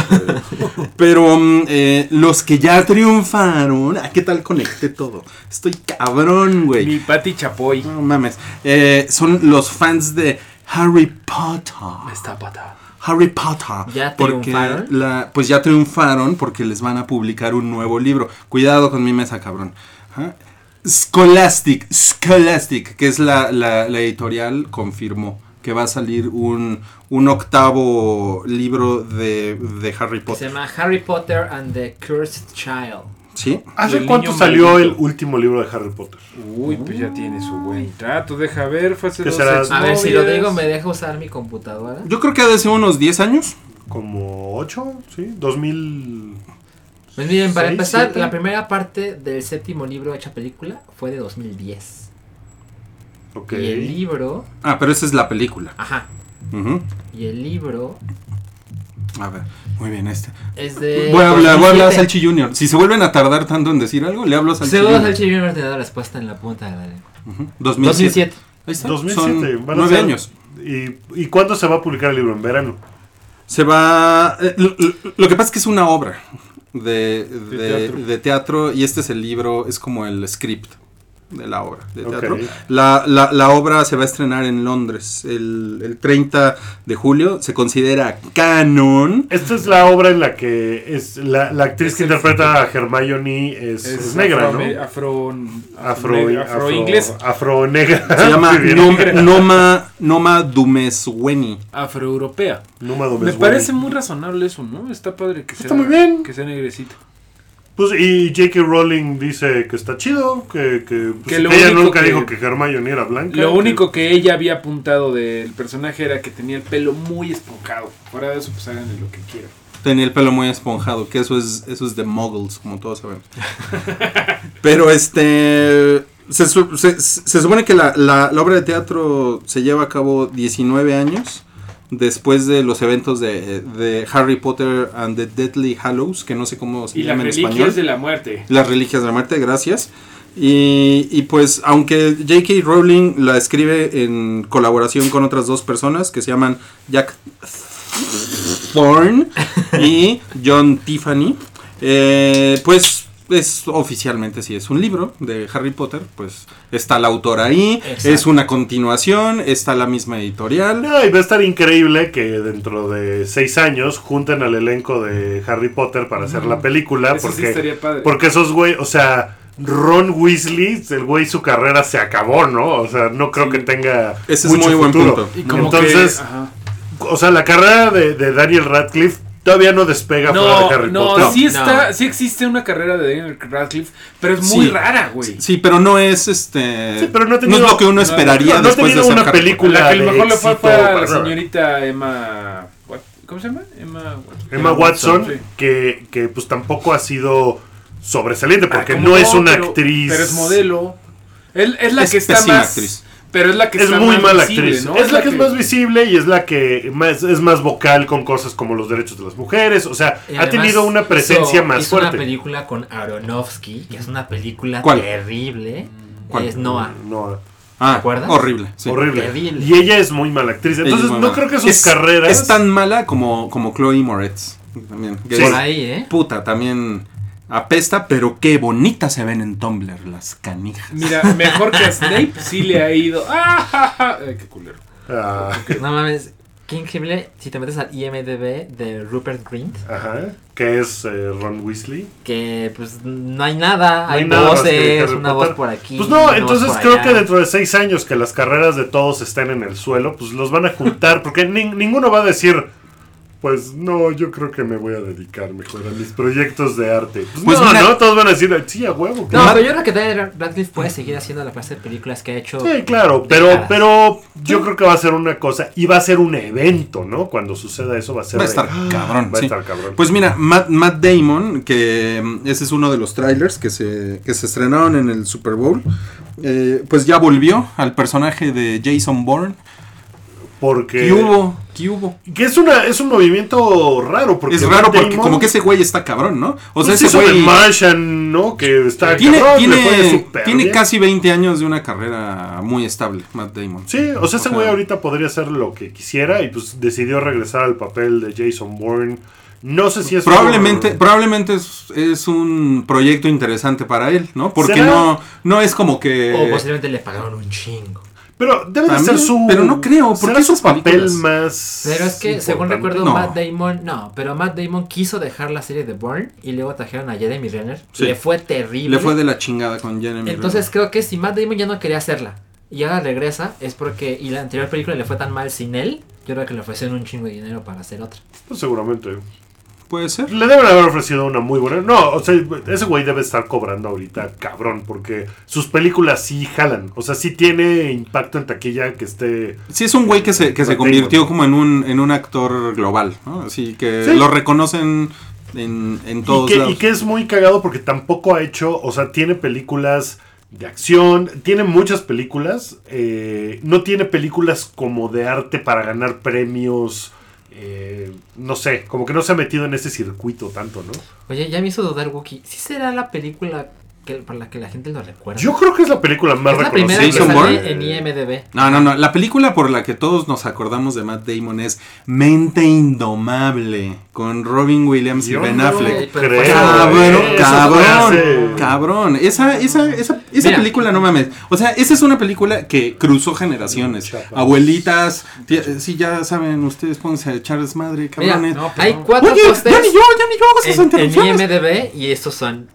Speaker 5: pero mm, eh, los que ya triunfaron. ¿A qué tal conecté todo? Estoy cabrón, güey.
Speaker 3: Mi Pati Chapoy.
Speaker 5: No mames. Eh, son los fans de Harry Potter.
Speaker 3: Está pata.
Speaker 5: Harry Potter.
Speaker 4: ¿Ya
Speaker 5: porque
Speaker 4: triunfaron?
Speaker 5: la- pues ya triunfaron porque les van a publicar un nuevo libro. Cuidado con mi mesa, cabrón. Ajá. Scholastic, Scholastic, que es la, la- la editorial, confirmó que va a salir un, un octavo libro de, de Harry
Speaker 4: Que Se
Speaker 5: Potter.
Speaker 4: llama Harry Potter and the Cursed Child.
Speaker 5: ¿Sí?
Speaker 2: ¿Hace
Speaker 3: Del
Speaker 2: cuánto
Speaker 3: niño
Speaker 2: salió
Speaker 3: maldito.
Speaker 2: el último libro de Harry Potter?
Speaker 3: Uy, pues ya tiene su buen trato. Deja ver, fue hace
Speaker 2: ¿Qué
Speaker 3: dos
Speaker 2: será?
Speaker 4: A ver, si lo
Speaker 3: exnovias.
Speaker 4: digo, ¿me deja usar mi computadora?
Speaker 5: Yo creo que ha de ser unos 10 años.
Speaker 2: ¿Como 8? ¿Sí? ¿2000?
Speaker 4: Pues miren, para
Speaker 2: Seis,
Speaker 4: empezar,
Speaker 2: siete.
Speaker 4: la primera parte del séptimo libro hecha película fue de 2010.
Speaker 2: Ok.
Speaker 4: Y el libro.
Speaker 5: Ah, pero esa es la película.
Speaker 4: Ajá.
Speaker 5: Ujú.
Speaker 4: Y el libro
Speaker 5: A ver, muy bien, este.
Speaker 4: es de.
Speaker 5: voy a hablar, voy a hablar a
Speaker 4: 2007.
Speaker 5: Salchi Junior. Si se vuelven a tardar tanto en decir algo, le hablo a Salchi
Speaker 4: Seguro
Speaker 5: Junior.
Speaker 4: Salchi Junior te da la respuesta en la punta de la lengua.
Speaker 5: 2007.
Speaker 4: 2007.
Speaker 5: Ahí está.
Speaker 2: 2007.
Speaker 5: Son
Speaker 2: van a
Speaker 5: nueve
Speaker 2: ser-
Speaker 5: años.
Speaker 2: ¿Y, ¿Y cuándo se va a publicar el libro? ¿En verano?
Speaker 5: Se va. eh, Lo, lo- lo que pasa es que es una obra de, de-
Speaker 3: teatro.
Speaker 5: de teatro y este es el libro, es como el script de la obra de
Speaker 2: Ok.
Speaker 5: teatro. La, la- la obra se va a estrenar en Londres el, el 30 de julio. Se considera canon.
Speaker 2: Esta es la obra en la que es la, la actriz
Speaker 3: Es
Speaker 2: que
Speaker 3: el
Speaker 2: interpreta a Hermione es, es negra,
Speaker 3: afroame-
Speaker 2: ¿no?
Speaker 3: Afro,
Speaker 2: Afro,
Speaker 3: afro,
Speaker 2: afro-
Speaker 3: inglés.
Speaker 2: Afro-negra.
Speaker 5: Se llama
Speaker 2: Muy bien.
Speaker 5: Nom- Noma, Noma Dumesweni.
Speaker 3: Afroeuropea.
Speaker 2: Numa Domes
Speaker 3: Me
Speaker 2: Wally.
Speaker 3: parece muy razonable eso, ¿no? Está padre que sea.
Speaker 2: Está muy bien.
Speaker 3: Que sea negrecito.
Speaker 2: Pues, y J.K. Rowling dice que está chido, que, que, pues,
Speaker 3: Que lo
Speaker 2: que ella
Speaker 3: único
Speaker 2: nunca
Speaker 3: que-
Speaker 2: dijo que Hermione era blanca.
Speaker 3: Lo
Speaker 2: que-
Speaker 3: único que ella había apuntado del personaje era que tenía el pelo muy esponjado. Fuera de eso, pues háganle lo que quieran.
Speaker 5: Tenía el pelo muy esponjado, que eso es, eso es de muggles, como todos sabemos. Pero este. Se, su- se- se supone que la, la- la obra de teatro se lleva a cabo 19 años después de los eventos de, de Harry Potter and the Deadly Hallows, que no sé cómo se
Speaker 3: Y las
Speaker 5: llama en
Speaker 3: reliquias
Speaker 5: español.
Speaker 3: de la muerte.
Speaker 5: Las reliquias de la muerte, gracias. Y, y pues, aunque J.K. Rowling la escribe en colaboración con otras dos personas que se llaman Jack Thorne y John Tiffany, eh, pues es oficialmente sí es un libro de Harry Potter, pues está la autora ahí,
Speaker 4: Exacto.
Speaker 5: es una continuación, está la misma editorial.
Speaker 2: No, y va a estar increíble que dentro de seis años junten al elenco de Harry Potter para hacer la película.
Speaker 3: Mm. Eso sí
Speaker 2: porque,
Speaker 3: estaría padre.
Speaker 2: porque esos güey, o sea, Ron Weasley, el güey, su carrera se acabó, ¿no? O sea, no creo
Speaker 3: Sí.
Speaker 2: que tenga.
Speaker 5: Ese es
Speaker 2: mucho
Speaker 5: muy buen
Speaker 2: futuro.
Speaker 5: punto.
Speaker 3: Y como
Speaker 2: Entonces,
Speaker 3: que, ajá.
Speaker 2: o sea, la carrera de, de Daniel Radcliffe todavía no despega fuera de
Speaker 3: No,
Speaker 2: Harry
Speaker 3: no,
Speaker 2: Potter.
Speaker 3: sí está,
Speaker 4: No.
Speaker 3: sí existe una carrera de Daniel Radcliffe, pero es muy
Speaker 5: Sí.
Speaker 3: rara, güey.
Speaker 5: Sí, pero no es este.
Speaker 2: Sí, pero no ha
Speaker 5: es
Speaker 2: tenido-
Speaker 5: lo que uno
Speaker 3: no,
Speaker 5: esperaría
Speaker 2: no ha
Speaker 5: después
Speaker 2: tenido
Speaker 5: de hacer
Speaker 2: una
Speaker 5: Harry Potter.
Speaker 2: película.
Speaker 3: A la que
Speaker 2: de
Speaker 3: a lo mejor le fue
Speaker 2: éxito
Speaker 3: fue a la
Speaker 2: para nada.
Speaker 3: señorita Emma. What- ¿Cómo se llama? Emma.
Speaker 2: Emma Watson,
Speaker 3: sí.
Speaker 2: que, que pues tampoco ha sido sobresaliente porque
Speaker 3: Ah, ¿cómo
Speaker 2: no, es una
Speaker 3: Pero-
Speaker 2: actriz.
Speaker 3: Pero es modelo. Es, es la
Speaker 5: Es
Speaker 3: que está
Speaker 5: pésima
Speaker 3: más.
Speaker 5: actriz.
Speaker 3: Pero es la que
Speaker 2: es
Speaker 3: está
Speaker 2: muy
Speaker 3: más
Speaker 2: mala
Speaker 3: visible,
Speaker 2: actriz.
Speaker 3: ¿no?
Speaker 2: Es la que es más visible y es la que más, es más vocal con cosas como los derechos de las mujeres. O sea,
Speaker 4: Y
Speaker 2: ha
Speaker 4: además
Speaker 2: tenido una
Speaker 4: hizo-
Speaker 2: presencia más
Speaker 4: hizo una
Speaker 2: fuerte.
Speaker 4: película con Aronofsky, que es una película
Speaker 5: ¿Cuál?
Speaker 4: terrible.
Speaker 5: ¿Cuál?
Speaker 4: Es Noah.
Speaker 2: No,
Speaker 5: Ah,
Speaker 4: ¿Te acuerdas?
Speaker 5: Horrible. sí.
Speaker 2: horrible.
Speaker 4: Terrible.
Speaker 2: Y ella es muy mala actriz.
Speaker 5: Ella es
Speaker 2: Entonces,
Speaker 5: muy
Speaker 2: no
Speaker 5: mala.
Speaker 2: creo que sus
Speaker 5: Es-
Speaker 2: carreras.
Speaker 5: Es tan mala como, como Chloe Moretz. También. que
Speaker 2: Sí.
Speaker 5: es
Speaker 4: Por ahí, ¿eh?
Speaker 5: Puta, también apesta, pero qué bonitas se ven en Tumblr las canijas.
Speaker 3: Mira, mejor que a Snape sí le ha ido. ¡Ah, ja, ja! Ay, qué culero.
Speaker 2: Ah,
Speaker 4: No mames. Qué increíble. Si te metes al IMDB de Rupert Grint,
Speaker 2: ajá. Que es eh, Ron Weasley.
Speaker 4: que pues no hay nada.
Speaker 2: No
Speaker 4: hay
Speaker 2: hay nada más que
Speaker 4: voces,
Speaker 2: Harry
Speaker 4: una
Speaker 2: Potter.
Speaker 4: voz por aquí.
Speaker 2: Pues
Speaker 4: una
Speaker 2: no,
Speaker 4: voz
Speaker 2: entonces
Speaker 4: por
Speaker 2: creo
Speaker 4: allá.
Speaker 2: que dentro de seis años que las carreras de todos estén en el suelo, pues los van a juntar. Porque nin- ninguno va a decir. Pues no, yo creo que me voy a dedicar mejor a mis proyectos de arte. Pues,
Speaker 5: Pues
Speaker 2: no,
Speaker 5: mira-
Speaker 2: no, todos van a decir, sí, a huevo.
Speaker 4: No,
Speaker 2: claro".
Speaker 4: pero yo creo que Daniel Radcliffe puede seguir haciendo la clase de películas que ha hecho.
Speaker 2: Sí, claro, pero,
Speaker 4: décadas.
Speaker 2: pero yo creo que va a ser una cosa y va a ser un evento, ¿no? Cuando suceda eso va a ser...
Speaker 5: Va a
Speaker 2: de-
Speaker 5: estar
Speaker 2: ¡Ah!
Speaker 5: cabrón.
Speaker 2: Va a
Speaker 5: sí.
Speaker 2: estar cabrón.
Speaker 5: Pues mira, Matt, Matt Damon, que mm, ese es uno de los trailers que se, que se estrenaron en el Super Bowl, eh, pues ya volvió al personaje de Jason Bourne.
Speaker 2: porque...
Speaker 5: ¿Qué hubo? ¿Qué hubo?
Speaker 2: Que es, una, es un movimiento raro. Porque
Speaker 5: Es raro
Speaker 2: Matt
Speaker 5: porque
Speaker 2: Damon,
Speaker 5: como que ese güey está cabrón, ¿no? O sea,
Speaker 2: pues,
Speaker 5: ese
Speaker 2: hizo The
Speaker 5: güey...
Speaker 2: Martian, ¿no? Que está
Speaker 5: Tiene,
Speaker 2: cabrón, le fue
Speaker 5: tiene,
Speaker 2: súper
Speaker 5: tiene
Speaker 2: bien.
Speaker 5: casi 20 años de una carrera muy estable, Matt Damon.
Speaker 2: Sí, o sea, ese
Speaker 5: O sea-
Speaker 2: güey ahorita podría hacer lo que quisiera y pues decidió regresar al papel de Jason Bourne. No sé si es...
Speaker 5: Probablemente,
Speaker 2: por-
Speaker 5: probablemente es, es un proyecto interesante para él, ¿no? Porque
Speaker 2: ¿Será?
Speaker 5: no, no es como que.
Speaker 4: O pues, posiblemente le pagaron un chingo.
Speaker 2: Pero debe de ser
Speaker 5: También,
Speaker 2: su...
Speaker 5: pero no creo, ¿por
Speaker 2: será
Speaker 5: qué
Speaker 2: su
Speaker 5: esas
Speaker 2: papel
Speaker 5: películas?
Speaker 2: más...
Speaker 4: Pero es que, según
Speaker 2: importante?
Speaker 4: recuerdo,
Speaker 5: No.
Speaker 4: Matt Damon, no, pero Matt Damon quiso dejar la serie de Bourne y luego trajeron a Jeremy Renner.
Speaker 5: Sí.
Speaker 4: Le fue terrible.
Speaker 5: le fue de la chingada con Jeremy.
Speaker 4: Entonces creo que si Matt Damon ya no quería hacerla y ahora regresa, es porque y la anterior película le fue tan mal sin él, yo creo que le ofrecieron un chingo de dinero para hacer otra.
Speaker 2: Pues seguramente.
Speaker 5: Renner. puede ser.
Speaker 2: Le deben haber ofrecido una muy buena. No, o sea, ese güey debe estar cobrando ahorita, cabrón, porque sus películas sí jalan. O sea, sí tiene impacto en taquilla que esté.
Speaker 5: Sí, es un güey que se, que se
Speaker 2: Matt
Speaker 5: convirtió
Speaker 2: Damon.
Speaker 5: como en un, en un actor global, ¿no? Así que
Speaker 2: Sí.
Speaker 5: lo reconocen en, en
Speaker 2: Y
Speaker 5: todos
Speaker 2: que,
Speaker 5: lados.
Speaker 2: y que es muy cagado porque tampoco ha hecho. O sea, tiene películas de acción. Tiene muchas películas. eh, no tiene películas como de arte para ganar premios. eh, no sé, como que no se ha metido en ese circuito tanto, ¿no?
Speaker 4: Oye, Pues ya me hizo dudar Wookie. ¿Sí será la película que, para la que la gente lo recuerda?
Speaker 2: Yo creo que es la película más
Speaker 4: es la primera
Speaker 2: reconocida.
Speaker 4: que
Speaker 5: Jason
Speaker 4: sale en IMDB.
Speaker 5: No, no, no. La película por la que todos nos acordamos de Matt Damon es Mente Indomable con Robin Williams y
Speaker 2: Yo
Speaker 5: Ben
Speaker 2: no
Speaker 5: Affleck.
Speaker 4: Pero
Speaker 2: creo, eh,
Speaker 5: Cabrón,
Speaker 2: eso fue hace-
Speaker 5: cabrón, cabrón. Esa, esa, esa, esa
Speaker 4: Mira.
Speaker 5: película no mames. O sea, esa es una película que cruzó generaciones.
Speaker 2: Chapa.
Speaker 5: Abuelitas, tía- eh, sí, ya saben, ustedes pónganse a echar desmadre,
Speaker 4: Mira,
Speaker 5: cabrones.
Speaker 3: no,
Speaker 4: hay
Speaker 3: no.
Speaker 4: cuatro
Speaker 5: Oye, ya ni
Speaker 4: pósters
Speaker 5: yo, ya ni yo hago esas
Speaker 4: en, en
Speaker 5: interrupciones.
Speaker 4: IMDB y estos son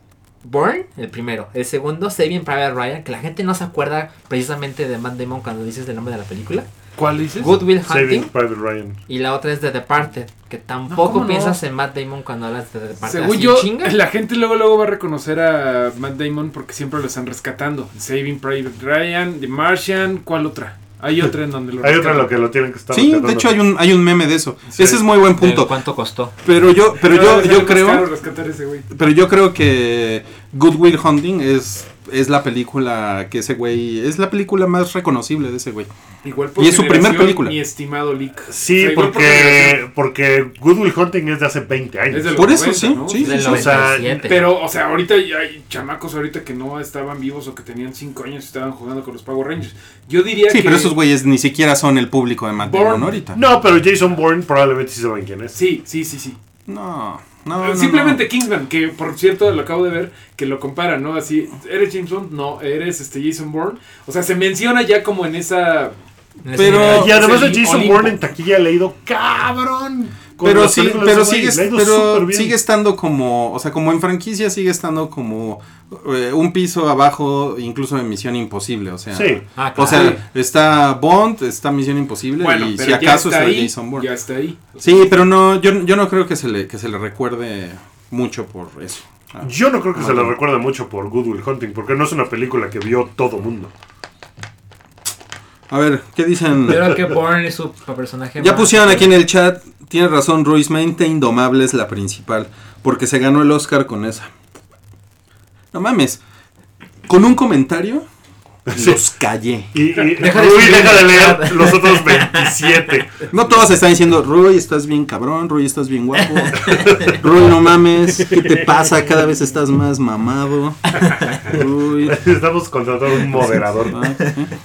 Speaker 4: Born, el primero. El segundo, Saving Private Ryan, que la gente no se acuerda precisamente de Matt Damon cuando dices el nombre de la película.
Speaker 3: ¿Cuál dices?
Speaker 4: Good Will
Speaker 2: Saving
Speaker 4: Hunting.
Speaker 2: Private Ryan.
Speaker 4: Y la otra es The Departed, que
Speaker 3: No,
Speaker 4: tampoco
Speaker 3: ¿cómo no?
Speaker 4: piensas en Matt Damon cuando hablas de The Departed.
Speaker 3: Según
Speaker 4: así,
Speaker 3: yo,
Speaker 4: chinga.
Speaker 3: la gente luego luego va a reconocer a Matt Damon porque siempre lo están rescatando. Saving Private Ryan, The Martian, ¿cuál otra? Hay otra en donde lo
Speaker 2: Hay otra en
Speaker 3: rescatan.
Speaker 2: la que lo tienen que estar
Speaker 5: Sí, de
Speaker 2: rescatando.
Speaker 5: hecho hay un, hay un meme de eso.
Speaker 2: Sí.
Speaker 5: Ese es muy buen
Speaker 4: Pero
Speaker 5: punto.
Speaker 4: ¿Cuánto costó?
Speaker 5: Pero yo, pero yo,
Speaker 3: Cada vez
Speaker 5: yo
Speaker 3: sale más caro
Speaker 5: creo,
Speaker 3: rescatar ese güey.
Speaker 5: pero yo creo que Good Will Hunting es, es la película que ese güey, es la película más reconocible de ese güey.
Speaker 3: Igual por
Speaker 5: Y es su
Speaker 3: generación,
Speaker 5: primer película.
Speaker 3: Mi estimado Leak. O
Speaker 2: Sí,
Speaker 3: sea, igual por generación.
Speaker 2: porque, porque Good Will Hunting es de hace 20
Speaker 3: Es de
Speaker 2: años.
Speaker 3: los
Speaker 5: Por eso, sí,
Speaker 3: ¿no?
Speaker 5: sí.
Speaker 4: Del
Speaker 2: sí, o sea,
Speaker 4: 97.
Speaker 3: Pero, o sea, ahorita ya hay chamacos ahorita que no estaban vivos o que tenían 5 años y estaban jugando con los Power Rangers. Yo diría
Speaker 5: Sí,
Speaker 3: que.
Speaker 5: pero esos güeyes ni siquiera son el público de Matt
Speaker 3: Born-
Speaker 5: Damon ahorita.
Speaker 2: No, pero Jason Bourne probablemente sí saben quién es.
Speaker 3: Sí, sí, sí, sí.
Speaker 5: No, no, no,
Speaker 3: Simplemente Kingsman, que por cierto lo acabo de ver, que lo comparan, ¿no? Así, ¿eres James Bond? No, eres este Jason Bourne. O sea, se menciona ya como en esa.
Speaker 4: En ese
Speaker 5: pero-
Speaker 4: nivel.
Speaker 2: Y además
Speaker 3: es el
Speaker 2: de Jason
Speaker 3: Olimpo.
Speaker 2: Bourne en taquilla le ha ido cabrón.
Speaker 5: no.
Speaker 2: con
Speaker 5: Pero
Speaker 2: las
Speaker 5: sí,
Speaker 2: películas de
Speaker 5: pero
Speaker 2: ese güey,
Speaker 5: sigue,
Speaker 2: le ha ido súper
Speaker 5: pero
Speaker 2: bien.
Speaker 5: sigue estando como, o sea, como en franquicia sigue estando como eh, un piso abajo, incluso de Misión Imposible, o sea.
Speaker 2: Sí.
Speaker 4: Ah, claro.
Speaker 5: O sea, está Bond, está Misión Imposible
Speaker 3: Bueno,
Speaker 5: y
Speaker 3: pero
Speaker 5: si
Speaker 3: ya
Speaker 5: acaso
Speaker 3: está
Speaker 5: está
Speaker 3: ahí.
Speaker 5: Jason Bourne.
Speaker 3: Ya está ahí.
Speaker 5: Sí, pero no, yo, yo no creo que se le, que se le recuerde mucho por eso. Ah.
Speaker 2: Yo no creo que se le recuerde mucho por Good Will Hunting, porque no es una película que vio todo mundo.
Speaker 5: A ver, ¿qué dicen?
Speaker 4: Yo creo que Born es su personaje
Speaker 5: Ya
Speaker 4: más-
Speaker 5: pusieron aquí en el chat, tiene razón Ruiz, Mente Indomable es la principal, porque se ganó el Oscar con esa. No mames, con un comentario los callé.
Speaker 2: Y, y
Speaker 4: Deja de
Speaker 2: Rui,
Speaker 4: escribir
Speaker 2: deja de
Speaker 4: en el
Speaker 2: leer
Speaker 4: chat.
Speaker 2: los otros 27.
Speaker 5: No todos están diciendo, Ruy, estás bien cabrón, Ruy, estás bien guapo. Ruy, no mames, ¿qué te pasa? Cada vez estás más mamado. Ruy.
Speaker 2: Estamos contratando un moderador.
Speaker 5: Ah,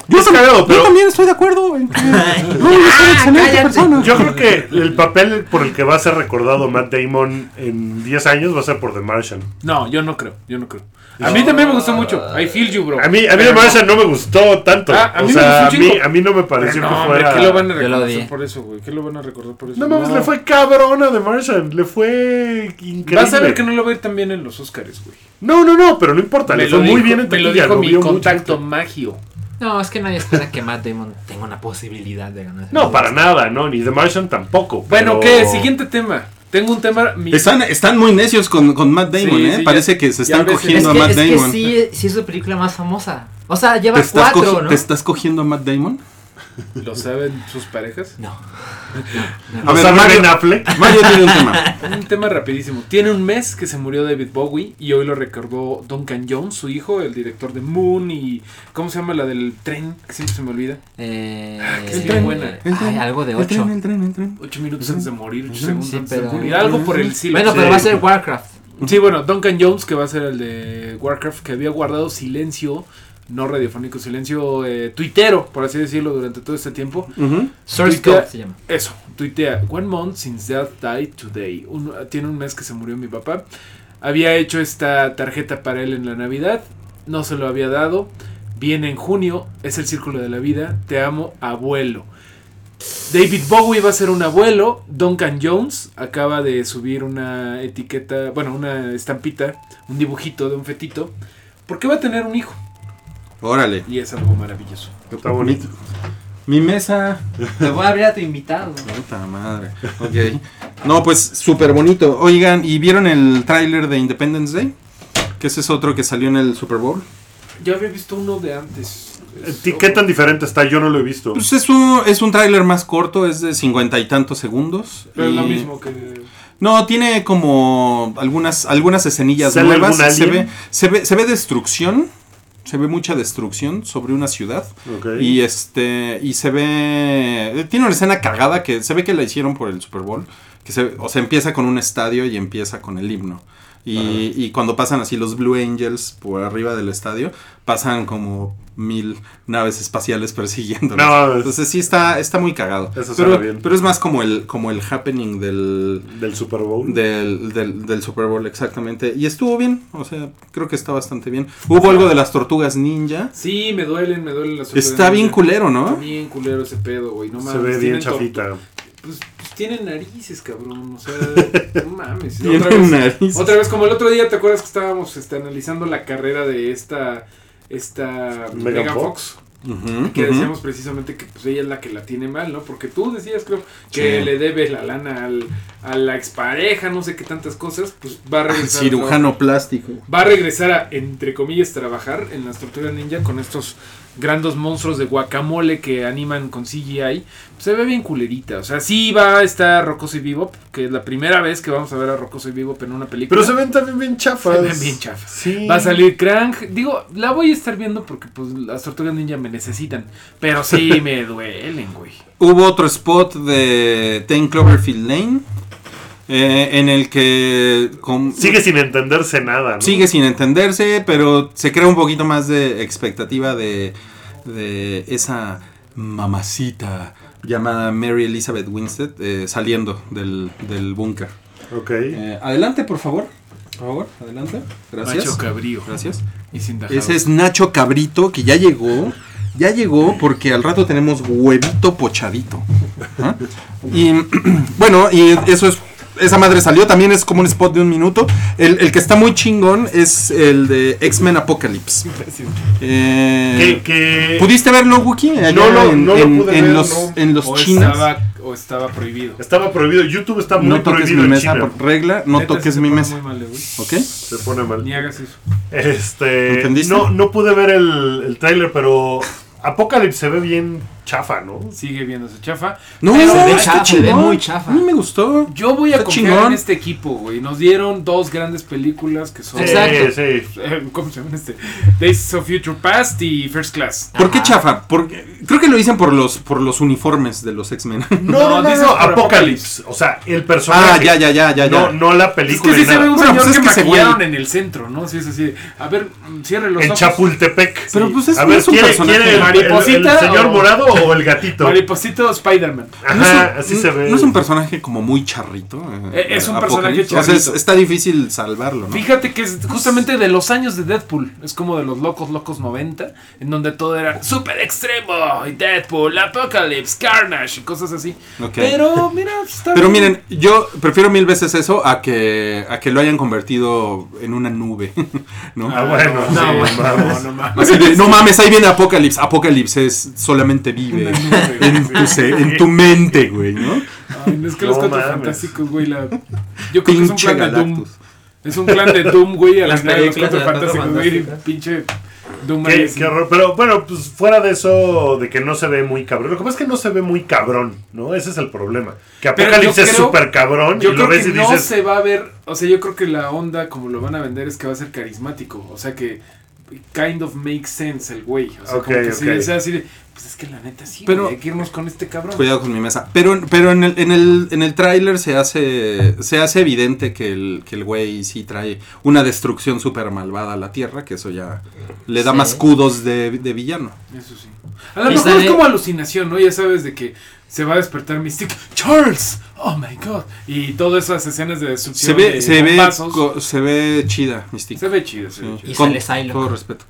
Speaker 5: Yo,
Speaker 2: Es cagado, pero-
Speaker 5: yo también estoy de acuerdo. en que Ruy es
Speaker 4: Ah,
Speaker 5: una excelente persona.
Speaker 2: Yo creo que el papel por el que va a ser recordado Matt Damon en 10 años va a ser por The Martian.
Speaker 3: No, yo no creo, yo no creo. A mí también me gustó mucho. I feel you, bro.
Speaker 2: A mí, a mí
Speaker 3: Pero
Speaker 2: The Martian no me gustó tanto.
Speaker 3: Ah, a
Speaker 2: o
Speaker 3: mí me
Speaker 2: sea, a
Speaker 3: gustó un
Speaker 2: mí,
Speaker 3: chingo.
Speaker 2: a mí no me
Speaker 3: Pero
Speaker 2: pareció
Speaker 3: no,
Speaker 2: que
Speaker 3: hombre,
Speaker 2: fuera.
Speaker 3: ¿qué lo van a
Speaker 4: Yo la
Speaker 3: recordar
Speaker 4: odié.
Speaker 3: por eso, güey? ¿Qué lo van a recordar por eso?
Speaker 2: No mames, le fue cabrona de Martian. Le fue increíble.
Speaker 3: Vas a ver que no lo va a ir tan bien en los Oscars, güey.
Speaker 2: No, no, no, pero no importa. le fue muy bien en
Speaker 3: me lo
Speaker 2: taquilla,
Speaker 3: dijo
Speaker 2: lo
Speaker 3: mi
Speaker 2: vio mucha
Speaker 3: contacto
Speaker 2: gente.
Speaker 3: magio.
Speaker 4: No, es que nadie espera que Matt Damon tenga una posibilidad de ganar. ese
Speaker 2: No,
Speaker 4: Oscar.
Speaker 2: para nada, no, ni The Martian tampoco.
Speaker 3: Bueno,
Speaker 2: pero-
Speaker 3: ¿qué? Siguiente tema. Tengo un tema. mi-
Speaker 5: Están, están muy necios con, con Matt Damon,
Speaker 3: Sí,
Speaker 5: ¿eh?
Speaker 3: sí,
Speaker 5: Parece
Speaker 3: ya-
Speaker 5: que se
Speaker 3: ya
Speaker 5: están
Speaker 3: ves,
Speaker 4: Es
Speaker 5: cogiendo a
Speaker 4: que,
Speaker 5: Matt
Speaker 4: es que
Speaker 5: Damon.
Speaker 4: sí, sí es su película más famosa. O sea,
Speaker 5: ¿Te
Speaker 4: lleva
Speaker 5: estás,
Speaker 4: cuatro,
Speaker 5: cogi-
Speaker 4: ¿no?
Speaker 5: te estás cogiendo a Matt Damon?
Speaker 3: ¿Lo saben sus parejas?
Speaker 4: No.
Speaker 5: A
Speaker 2: O
Speaker 5: ver,
Speaker 2: sea,
Speaker 5: Mario,
Speaker 2: Ben Affleck.
Speaker 5: Mario tiene un tema.
Speaker 3: Un tema rapidísimo. Tiene un mes que se murió David Bowie y hoy lo recordó Duncan Jones, su hijo, el director de Moon y... ¿Cómo se llama la del tren? Que siempre se me olvida.
Speaker 4: Eh,
Speaker 3: que
Speaker 4: sí,
Speaker 3: sí, buena.
Speaker 4: ay, algo de
Speaker 5: El
Speaker 4: ocho.
Speaker 5: tren, el tren, el tren.
Speaker 3: Ocho minutos antes de morir, ocho segundos
Speaker 4: Sí,
Speaker 3: antes de
Speaker 4: pero-
Speaker 3: morir. Algo por el estilo.
Speaker 4: Bueno,
Speaker 3: Sí.
Speaker 4: pero va a ser Warcraft.
Speaker 3: Sí, bueno, Duncan Jones, que va a ser el de Warcraft, que había guardado silencio, no radiofónico, silencio eh, tuitero, por así decirlo, durante todo este tiempo.
Speaker 5: Ujú.
Speaker 4: Source
Speaker 3: Twitter.
Speaker 4: Code se llama.
Speaker 3: Eso, tuitea, one month since dad died today. Un- tiene un mes que se murió mi papá. Había hecho esta tarjeta para él en la Navidad, no se lo había dado. Viene en junio, es el círculo de la vida. Te amo, abuelo. David Bowie va a ser un abuelo. Duncan Jones acaba de subir una etiqueta, bueno, una estampita, un dibujito de un fetito. Porque va a tener un hijo.
Speaker 5: Órale.
Speaker 3: Y es algo maravilloso.
Speaker 2: Está bonito.
Speaker 5: Mi mesa.
Speaker 4: Te voy a abrir a tu invitado.
Speaker 5: Puta madre. Ok. No, pues súper bonito. Oigan, ¿y vieron el tráiler de Independence Day? Que ese es otro que salió en el Super Bowl.
Speaker 3: Yo había visto uno de antes.
Speaker 2: Eh, ¿Qué tan diferente está? Yo no lo he visto.
Speaker 5: Pues es un, es un tráiler más corto, es de cincuenta y tantos segundos.
Speaker 3: Pero es lo
Speaker 5: y-
Speaker 3: mismo que.
Speaker 5: No, tiene como algunas, algunas escenillas
Speaker 2: ¿Sale
Speaker 5: nuevas.
Speaker 2: algún
Speaker 5: Se
Speaker 2: alien?
Speaker 5: ve, se, ve, se ve destrucción. se ve mucha destrucción sobre una ciudad.
Speaker 2: Ok.
Speaker 5: Y este. Y se ve. Tiene una escena cagada que se ve que la hicieron por el Super Bowl. Que se, o sea, empieza con un estadio y empieza con el himno. Y, y cuando pasan así los Blue Angels por arriba del estadio, pasan como mil naves espaciales persiguiéndolos.
Speaker 2: No, es-
Speaker 5: Entonces sí está, está muy cagado.
Speaker 2: Eso suena
Speaker 5: pero,
Speaker 2: bien.
Speaker 5: pero es más como el, como el happening del,
Speaker 2: Del Super Bowl.
Speaker 5: del, del, del Super Bowl, exactamente. Y estuvo bien, o sea, creo que está bastante bien. Hubo algo de las tortugas ninja.
Speaker 3: Sí, me duelen, me duelen las
Speaker 5: Está bien culero,
Speaker 3: Está
Speaker 5: ¿no?
Speaker 3: bien culero ese pedo, güey. No
Speaker 2: se
Speaker 3: mames,
Speaker 2: ve bien
Speaker 3: tienen to-
Speaker 2: chafita.
Speaker 3: Pues, pues tienen narices, cabrón. O sea, no mames.
Speaker 5: Tienen
Speaker 3: otra vez,
Speaker 5: narices.
Speaker 3: otra vez, como el otro día, ¿te acuerdas que estábamos este, analizando la carrera de esta. Esta.
Speaker 2: Megan
Speaker 3: Megan
Speaker 2: Fox?
Speaker 3: Fox?
Speaker 5: Ujú,
Speaker 3: Que
Speaker 5: ujú.
Speaker 3: decíamos precisamente que pues, ella es la que la tiene mal, ¿no? Porque tú decías, creo, que
Speaker 5: Sí.
Speaker 3: le debe la lana al- a la expareja, no sé qué tantas cosas, pues va a
Speaker 5: El
Speaker 3: regresar. a
Speaker 5: cirujano plástico.
Speaker 3: trabajar. Va a regresar a, entre comillas, trabajar en las tortugas ninja con estos grandes monstruos de guacamole que animan con CGI. Se ve bien culerita, o sea, sí va a estar Rocoso y Vivo, que es la primera vez que vamos a ver a Rocoso y Vivo en una película.
Speaker 2: Pero se ven también bien chafas.
Speaker 3: Se ven bien chafas.
Speaker 2: Sí.
Speaker 3: Va a salir Crank. Digo, la voy a estar viendo porque pues las tortugas ninja me necesitan. Pero sí me duelen, güey.
Speaker 5: Hubo otro spot de Ten Cloverfield Lane. eh, en el que com-
Speaker 2: Sigue sin entenderse nada, ¿no?
Speaker 5: sigue sin entenderse, pero se crea un poquito más de expectativa de, de esa mamacita llamada Mary Elizabeth Winstead eh, saliendo del, del búnker.
Speaker 2: Ok.
Speaker 5: Eh, adelante, por favor. Por favor, adelante. Gracias.
Speaker 3: Macho cabrío.
Speaker 5: Gracias.
Speaker 3: Y sin tajado.
Speaker 5: Ese es este, Nacho Cabrito, que ya llegó. Ya llegó porque al rato tenemos huevito pochadito. ¿Ah? Y bueno, y eso es. Esa madre salió, también es como un spot de un minuto. El, el que está muy chingón es el de X-Men Apocalypse.
Speaker 2: Que,
Speaker 5: Eh,
Speaker 2: que-
Speaker 5: ¿Pudiste verlo, Wookie? Allá
Speaker 2: No lo-
Speaker 5: en,
Speaker 2: no lo
Speaker 5: en-
Speaker 2: pude
Speaker 5: en
Speaker 2: ver,
Speaker 5: los,
Speaker 2: no.
Speaker 5: en los
Speaker 3: o,
Speaker 5: chinos.
Speaker 3: estaba, o estaba prohibido.
Speaker 2: estaba prohibido. YouTube está muy
Speaker 5: No toques
Speaker 2: prohibido
Speaker 5: mi
Speaker 2: en
Speaker 5: mesa
Speaker 2: China.
Speaker 5: por regla, no
Speaker 3: Neta, sí
Speaker 5: toques
Speaker 3: se
Speaker 5: mi
Speaker 3: pone
Speaker 5: mesa.
Speaker 3: muy mal, güey.
Speaker 5: ¿Ok?
Speaker 2: Se pone mal.
Speaker 3: Ni hagas eso.
Speaker 2: Este,
Speaker 5: ¿Entendiste?
Speaker 2: No, no pude ver el, el tráiler, pero Apocalypse se ve bien chafa, ¿no?
Speaker 3: Sigue viendo su chafa.
Speaker 5: No,
Speaker 4: Pero
Speaker 5: está
Speaker 4: se ve chafa, se ve
Speaker 5: chingón.
Speaker 4: muy chafa.
Speaker 5: A mí me gustó.
Speaker 3: Yo voy a
Speaker 5: Está
Speaker 3: confiar
Speaker 5: chingón.
Speaker 3: en este equipo, güey. Nos dieron dos grandes películas que son.
Speaker 4: Exacto.
Speaker 2: Sí, sí.
Speaker 3: Eh, ¿Cómo se llaman este? Days of Future Past y First Class.
Speaker 5: ¿Por qué
Speaker 4: Ajá.
Speaker 5: chafa? Porque, creo que lo dicen por los, por los uniformes de los X-Men.
Speaker 2: No, no, no,
Speaker 3: dices
Speaker 2: no,
Speaker 3: por
Speaker 2: Apocalypse. O sea, el personaje.
Speaker 5: ah, ya, ya, ya, ya, ya.
Speaker 2: No, no la
Speaker 3: Es
Speaker 2: película.
Speaker 3: que sí
Speaker 2: ni
Speaker 3: se ve
Speaker 2: nada.
Speaker 3: un
Speaker 5: Bueno,
Speaker 3: señor
Speaker 5: pues es
Speaker 3: que,
Speaker 5: que se
Speaker 3: maquillaron
Speaker 5: güey-
Speaker 3: en el centro, ¿no? Sí, es así. de, A ver, mm, cierre los
Speaker 2: En
Speaker 3: ojos.
Speaker 2: Chapultepec.
Speaker 5: Pero,
Speaker 2: Sí.
Speaker 5: pues, es-
Speaker 2: A
Speaker 5: no
Speaker 2: ver,
Speaker 5: es un
Speaker 2: ¿quiere,
Speaker 5: personaje.
Speaker 2: quiere el,
Speaker 3: ¿Mariposita
Speaker 2: el- el señor
Speaker 3: o-
Speaker 2: morado o el gatito?
Speaker 3: Mariposito Spider-Man.
Speaker 2: Ajá,
Speaker 5: No es un-
Speaker 2: así se ve.
Speaker 5: ¿No es un personaje como muy charrito?
Speaker 3: Eh, es un personaje
Speaker 5: Apocalipsis. O sea, es-
Speaker 3: charrito.
Speaker 5: está difícil salvarlo, ¿no? Pues-
Speaker 3: Fíjate que es justamente de los años de Deadpool. Es como de los locos, locos 90. En donde todo era super extremo. y Deadpool, Apocalypse, Carnage y cosas así.
Speaker 5: Ok.
Speaker 3: Pero mira, está
Speaker 5: Pero
Speaker 3: bien.
Speaker 5: miren, yo prefiero mil veces eso a que, a que lo hayan convertido en una nube, ¿no?
Speaker 2: Ah, bueno.
Speaker 3: No,
Speaker 2: sí,
Speaker 3: bueno,
Speaker 2: vamos.
Speaker 3: no, no mames.
Speaker 5: Así de, no mames, ahí viene Apocalipsis. Apocalipsis es solamente vive en tu, se- en tu mente, güey, ¿no?
Speaker 3: Ay, no, es que los
Speaker 2: No
Speaker 3: cuatro
Speaker 2: mames.
Speaker 3: fantásticos, güey. la- Yo creo que es un
Speaker 5: Pinche
Speaker 3: plan de Doom.
Speaker 5: Galactus.
Speaker 3: Es un plan de Doom, güey. A la
Speaker 4: Las
Speaker 3: final de los
Speaker 4: películas
Speaker 3: cuatro
Speaker 4: de los Cuatro
Speaker 3: fantásticos, güey.
Speaker 4: Fantásticos.
Speaker 3: Pinche Doom. ahí
Speaker 2: Qué,
Speaker 3: así.
Speaker 2: qué horror. Pero bueno, pues fuera de eso, de que no se ve muy cabrón. Lo que pasa es que no se ve muy cabrón, ¿no? Ese es el problema. Que
Speaker 3: Pero yo
Speaker 2: Apocalipsis es
Speaker 3: creo-
Speaker 2: súper cabrón
Speaker 3: Yo
Speaker 2: y lo
Speaker 3: creo
Speaker 2: ves
Speaker 3: que
Speaker 2: y
Speaker 3: no
Speaker 2: dices.
Speaker 3: se va a ver, o sea, yo creo que la onda como lo van a vender es que va a ser carismático, o sea que kind of makes sense el güey, o sea,
Speaker 2: Ok,
Speaker 3: como que sí,
Speaker 2: ok.
Speaker 3: o sea, así de, pues es que la neta sí,
Speaker 5: Pero-
Speaker 3: güey, hay que irnos con este
Speaker 4: Pues
Speaker 3: cabrón.
Speaker 5: Cuidado con mi mesa. Pero, pero en el, en el, en el tráiler se hace, se hace evidente que el, que el güey sí trae una destrucción súper malvada a la Tierra, que eso ya le da
Speaker 4: Sí.
Speaker 5: más cudos de, de villano.
Speaker 3: Eso sí. A lo
Speaker 4: Y
Speaker 3: mejor
Speaker 4: sale-
Speaker 3: es como alucinación, ¿no? Ya sabes de que se va a despertar Mystic, Charles, oh my god, y todas esas escenas de
Speaker 5: Se
Speaker 3: destrucción
Speaker 5: ve,
Speaker 3: de
Speaker 5: se, ve,
Speaker 3: bombazos.
Speaker 5: co- se ve chida, Mystique.
Speaker 3: se ve chido, se
Speaker 5: Sí.
Speaker 3: ve chido.
Speaker 4: Y
Speaker 5: Con
Speaker 4: sale Psylocke.
Speaker 5: todo respeto.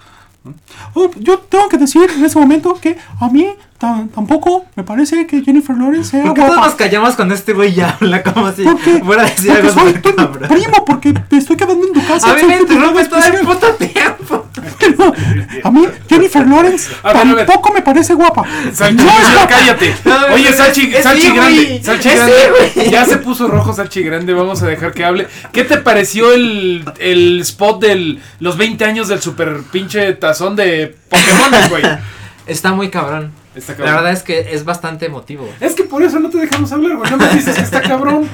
Speaker 5: Oh, yo tengo que decir en ese momento que a mí tan- tampoco me parece que Jennifer Lawrence sea
Speaker 4: ¿Por qué todos nos
Speaker 5: guapa.
Speaker 4: callamos cuando este güey ya habla como si
Speaker 5: ¿Por qué?
Speaker 4: fuera a decir
Speaker 5: Porque
Speaker 4: algo
Speaker 5: soy
Speaker 4: súper
Speaker 5: tu
Speaker 4: cabrón?
Speaker 5: primo, porque te estoy quedando en tu casa.
Speaker 4: A mí
Speaker 5: soy
Speaker 4: me
Speaker 5: tu primo
Speaker 4: interrumpe todo el
Speaker 5: especial.
Speaker 4: puto tiempo.
Speaker 5: No, a mí Jennifer Lawrence
Speaker 3: A ver, a ver.
Speaker 5: tampoco me parece guapa.
Speaker 3: Salchi,
Speaker 5: No es
Speaker 3: Lucio,
Speaker 5: guapa.
Speaker 3: cállate.
Speaker 4: No,
Speaker 3: Oye,
Speaker 4: es-
Speaker 3: Salchi,
Speaker 4: es
Speaker 3: Salchi
Speaker 4: sí,
Speaker 3: grande.
Speaker 4: güey.
Speaker 3: Salchi
Speaker 4: Es sí,
Speaker 3: grande.
Speaker 4: güey.
Speaker 3: Ya se puso rojo Salchi grande. Vamos a dejar que hable. ¿Qué te pareció el, el spot de los 20 años del super pinche tazón de Pokémon, güey?
Speaker 4: Está muy cabrón.
Speaker 3: Está
Speaker 4: La
Speaker 3: cabrón.
Speaker 4: verdad es que es bastante emotivo.
Speaker 3: Es que por eso no te dejamos hablar, güey. No me dices que está cabrón.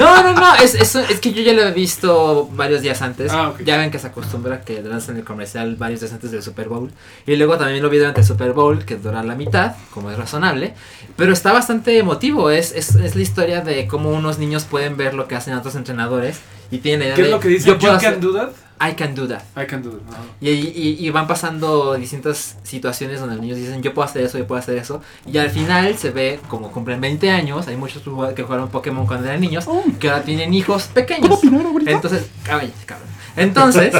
Speaker 4: No, no, no, es, es, es que yo ya lo he visto varios días antes.
Speaker 3: Ah, ok.
Speaker 4: Ya ven que se acostumbra que lanzan el comercial varios días antes del Super Bowl. Y luego también lo vi durante el Super Bowl, que dura la mitad, como es razonable. Pero está bastante emotivo. Es, es, es la historia de cómo unos niños pueden ver lo que hacen otros entrenadores y tienen la idea
Speaker 3: ¿Qué es
Speaker 4: de,
Speaker 3: lo que dice?
Speaker 4: "Yo
Speaker 3: You
Speaker 4: puedo
Speaker 3: can
Speaker 4: hacer-
Speaker 3: do that.
Speaker 4: I can do that.
Speaker 3: I can do that.
Speaker 4: Y, y- y van pasando distintas situaciones donde los niños dicen yo puedo hacer eso, yo puedo hacer eso. Y al final se ve como cumplen 20 años. Hay muchos que jugaron Pokémon cuando eran niños
Speaker 5: Oh.
Speaker 4: que ahora tienen hijos pequeños. Entonces, cállate, cabrón. Entonces,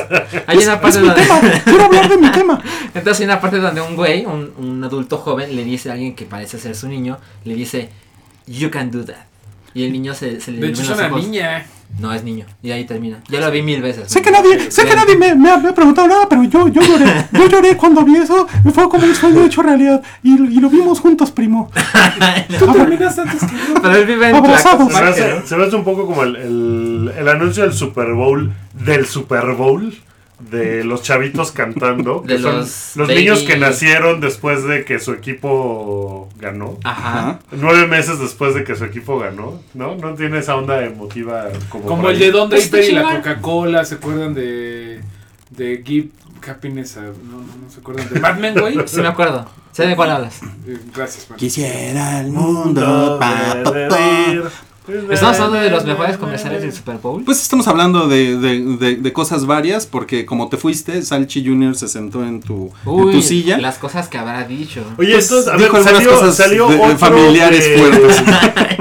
Speaker 4: hay una parte donde...
Speaker 5: Quiero hablar de mi tema.
Speaker 4: Entonces hay una parte donde un güey, un, un adulto joven, le dice a alguien que parece ser su niño, le dice, you can do that. Y el niño se, se le
Speaker 3: De hecho, es
Speaker 4: iluminan
Speaker 3: una
Speaker 4: los ojos.
Speaker 3: niña.
Speaker 4: No, es niño. Y ahí termina. Ya lo vi mil veces.
Speaker 5: Sé que nadie, sé que nadie me, me ha, me ha preguntado nada, pero yo, yo lloré. Yo lloré cuando vi eso. Fue como un sueño hecho realidad. Y, y lo vimos juntos, primo.
Speaker 3: Tú terminaste antes que yo.
Speaker 4: Pero él vive en
Speaker 5: Abrazados.
Speaker 2: Se me, hace, se me hace un poco como el, el- el anuncio del Super Bowl, del Super Bowl, de los chavitos cantando.
Speaker 4: De
Speaker 2: que son
Speaker 4: los
Speaker 2: los niños
Speaker 4: baby-
Speaker 2: que nacieron después de que su equipo ganó.
Speaker 4: Ah. Ajá.
Speaker 2: Nueve meses después de que su equipo ganó, ¿no? No tiene esa onda emotiva como...
Speaker 3: Como
Speaker 2: por
Speaker 3: el
Speaker 2: ahí.
Speaker 3: de Don
Speaker 4: Pues está
Speaker 3: Draper y la
Speaker 4: chingón.
Speaker 3: Coca-Cola, ¿se acuerdan de, de Give Happiness a... No, no, no se acuerdan de Batman, güey.
Speaker 4: Sí me acuerdo. Sé de cuál hablas.
Speaker 3: Eh, Gracias, man.
Speaker 5: Quisiera el
Speaker 4: Estamos hablando de los mejores comerciales del Super Bowl.
Speaker 5: Pues estamos hablando de, de- de- de cosas varias, porque como te fuiste, Salchi Jr. se sentó en tu, en tu silla.
Speaker 4: las cosas que habrá dicho.
Speaker 2: Oye,
Speaker 5: Pues,
Speaker 2: entonces, a ver,
Speaker 5: dijo algunas
Speaker 2: salió,
Speaker 5: cosas
Speaker 2: salió
Speaker 5: de- de
Speaker 2: otro,
Speaker 5: familiares
Speaker 2: eh,
Speaker 5: fuertes.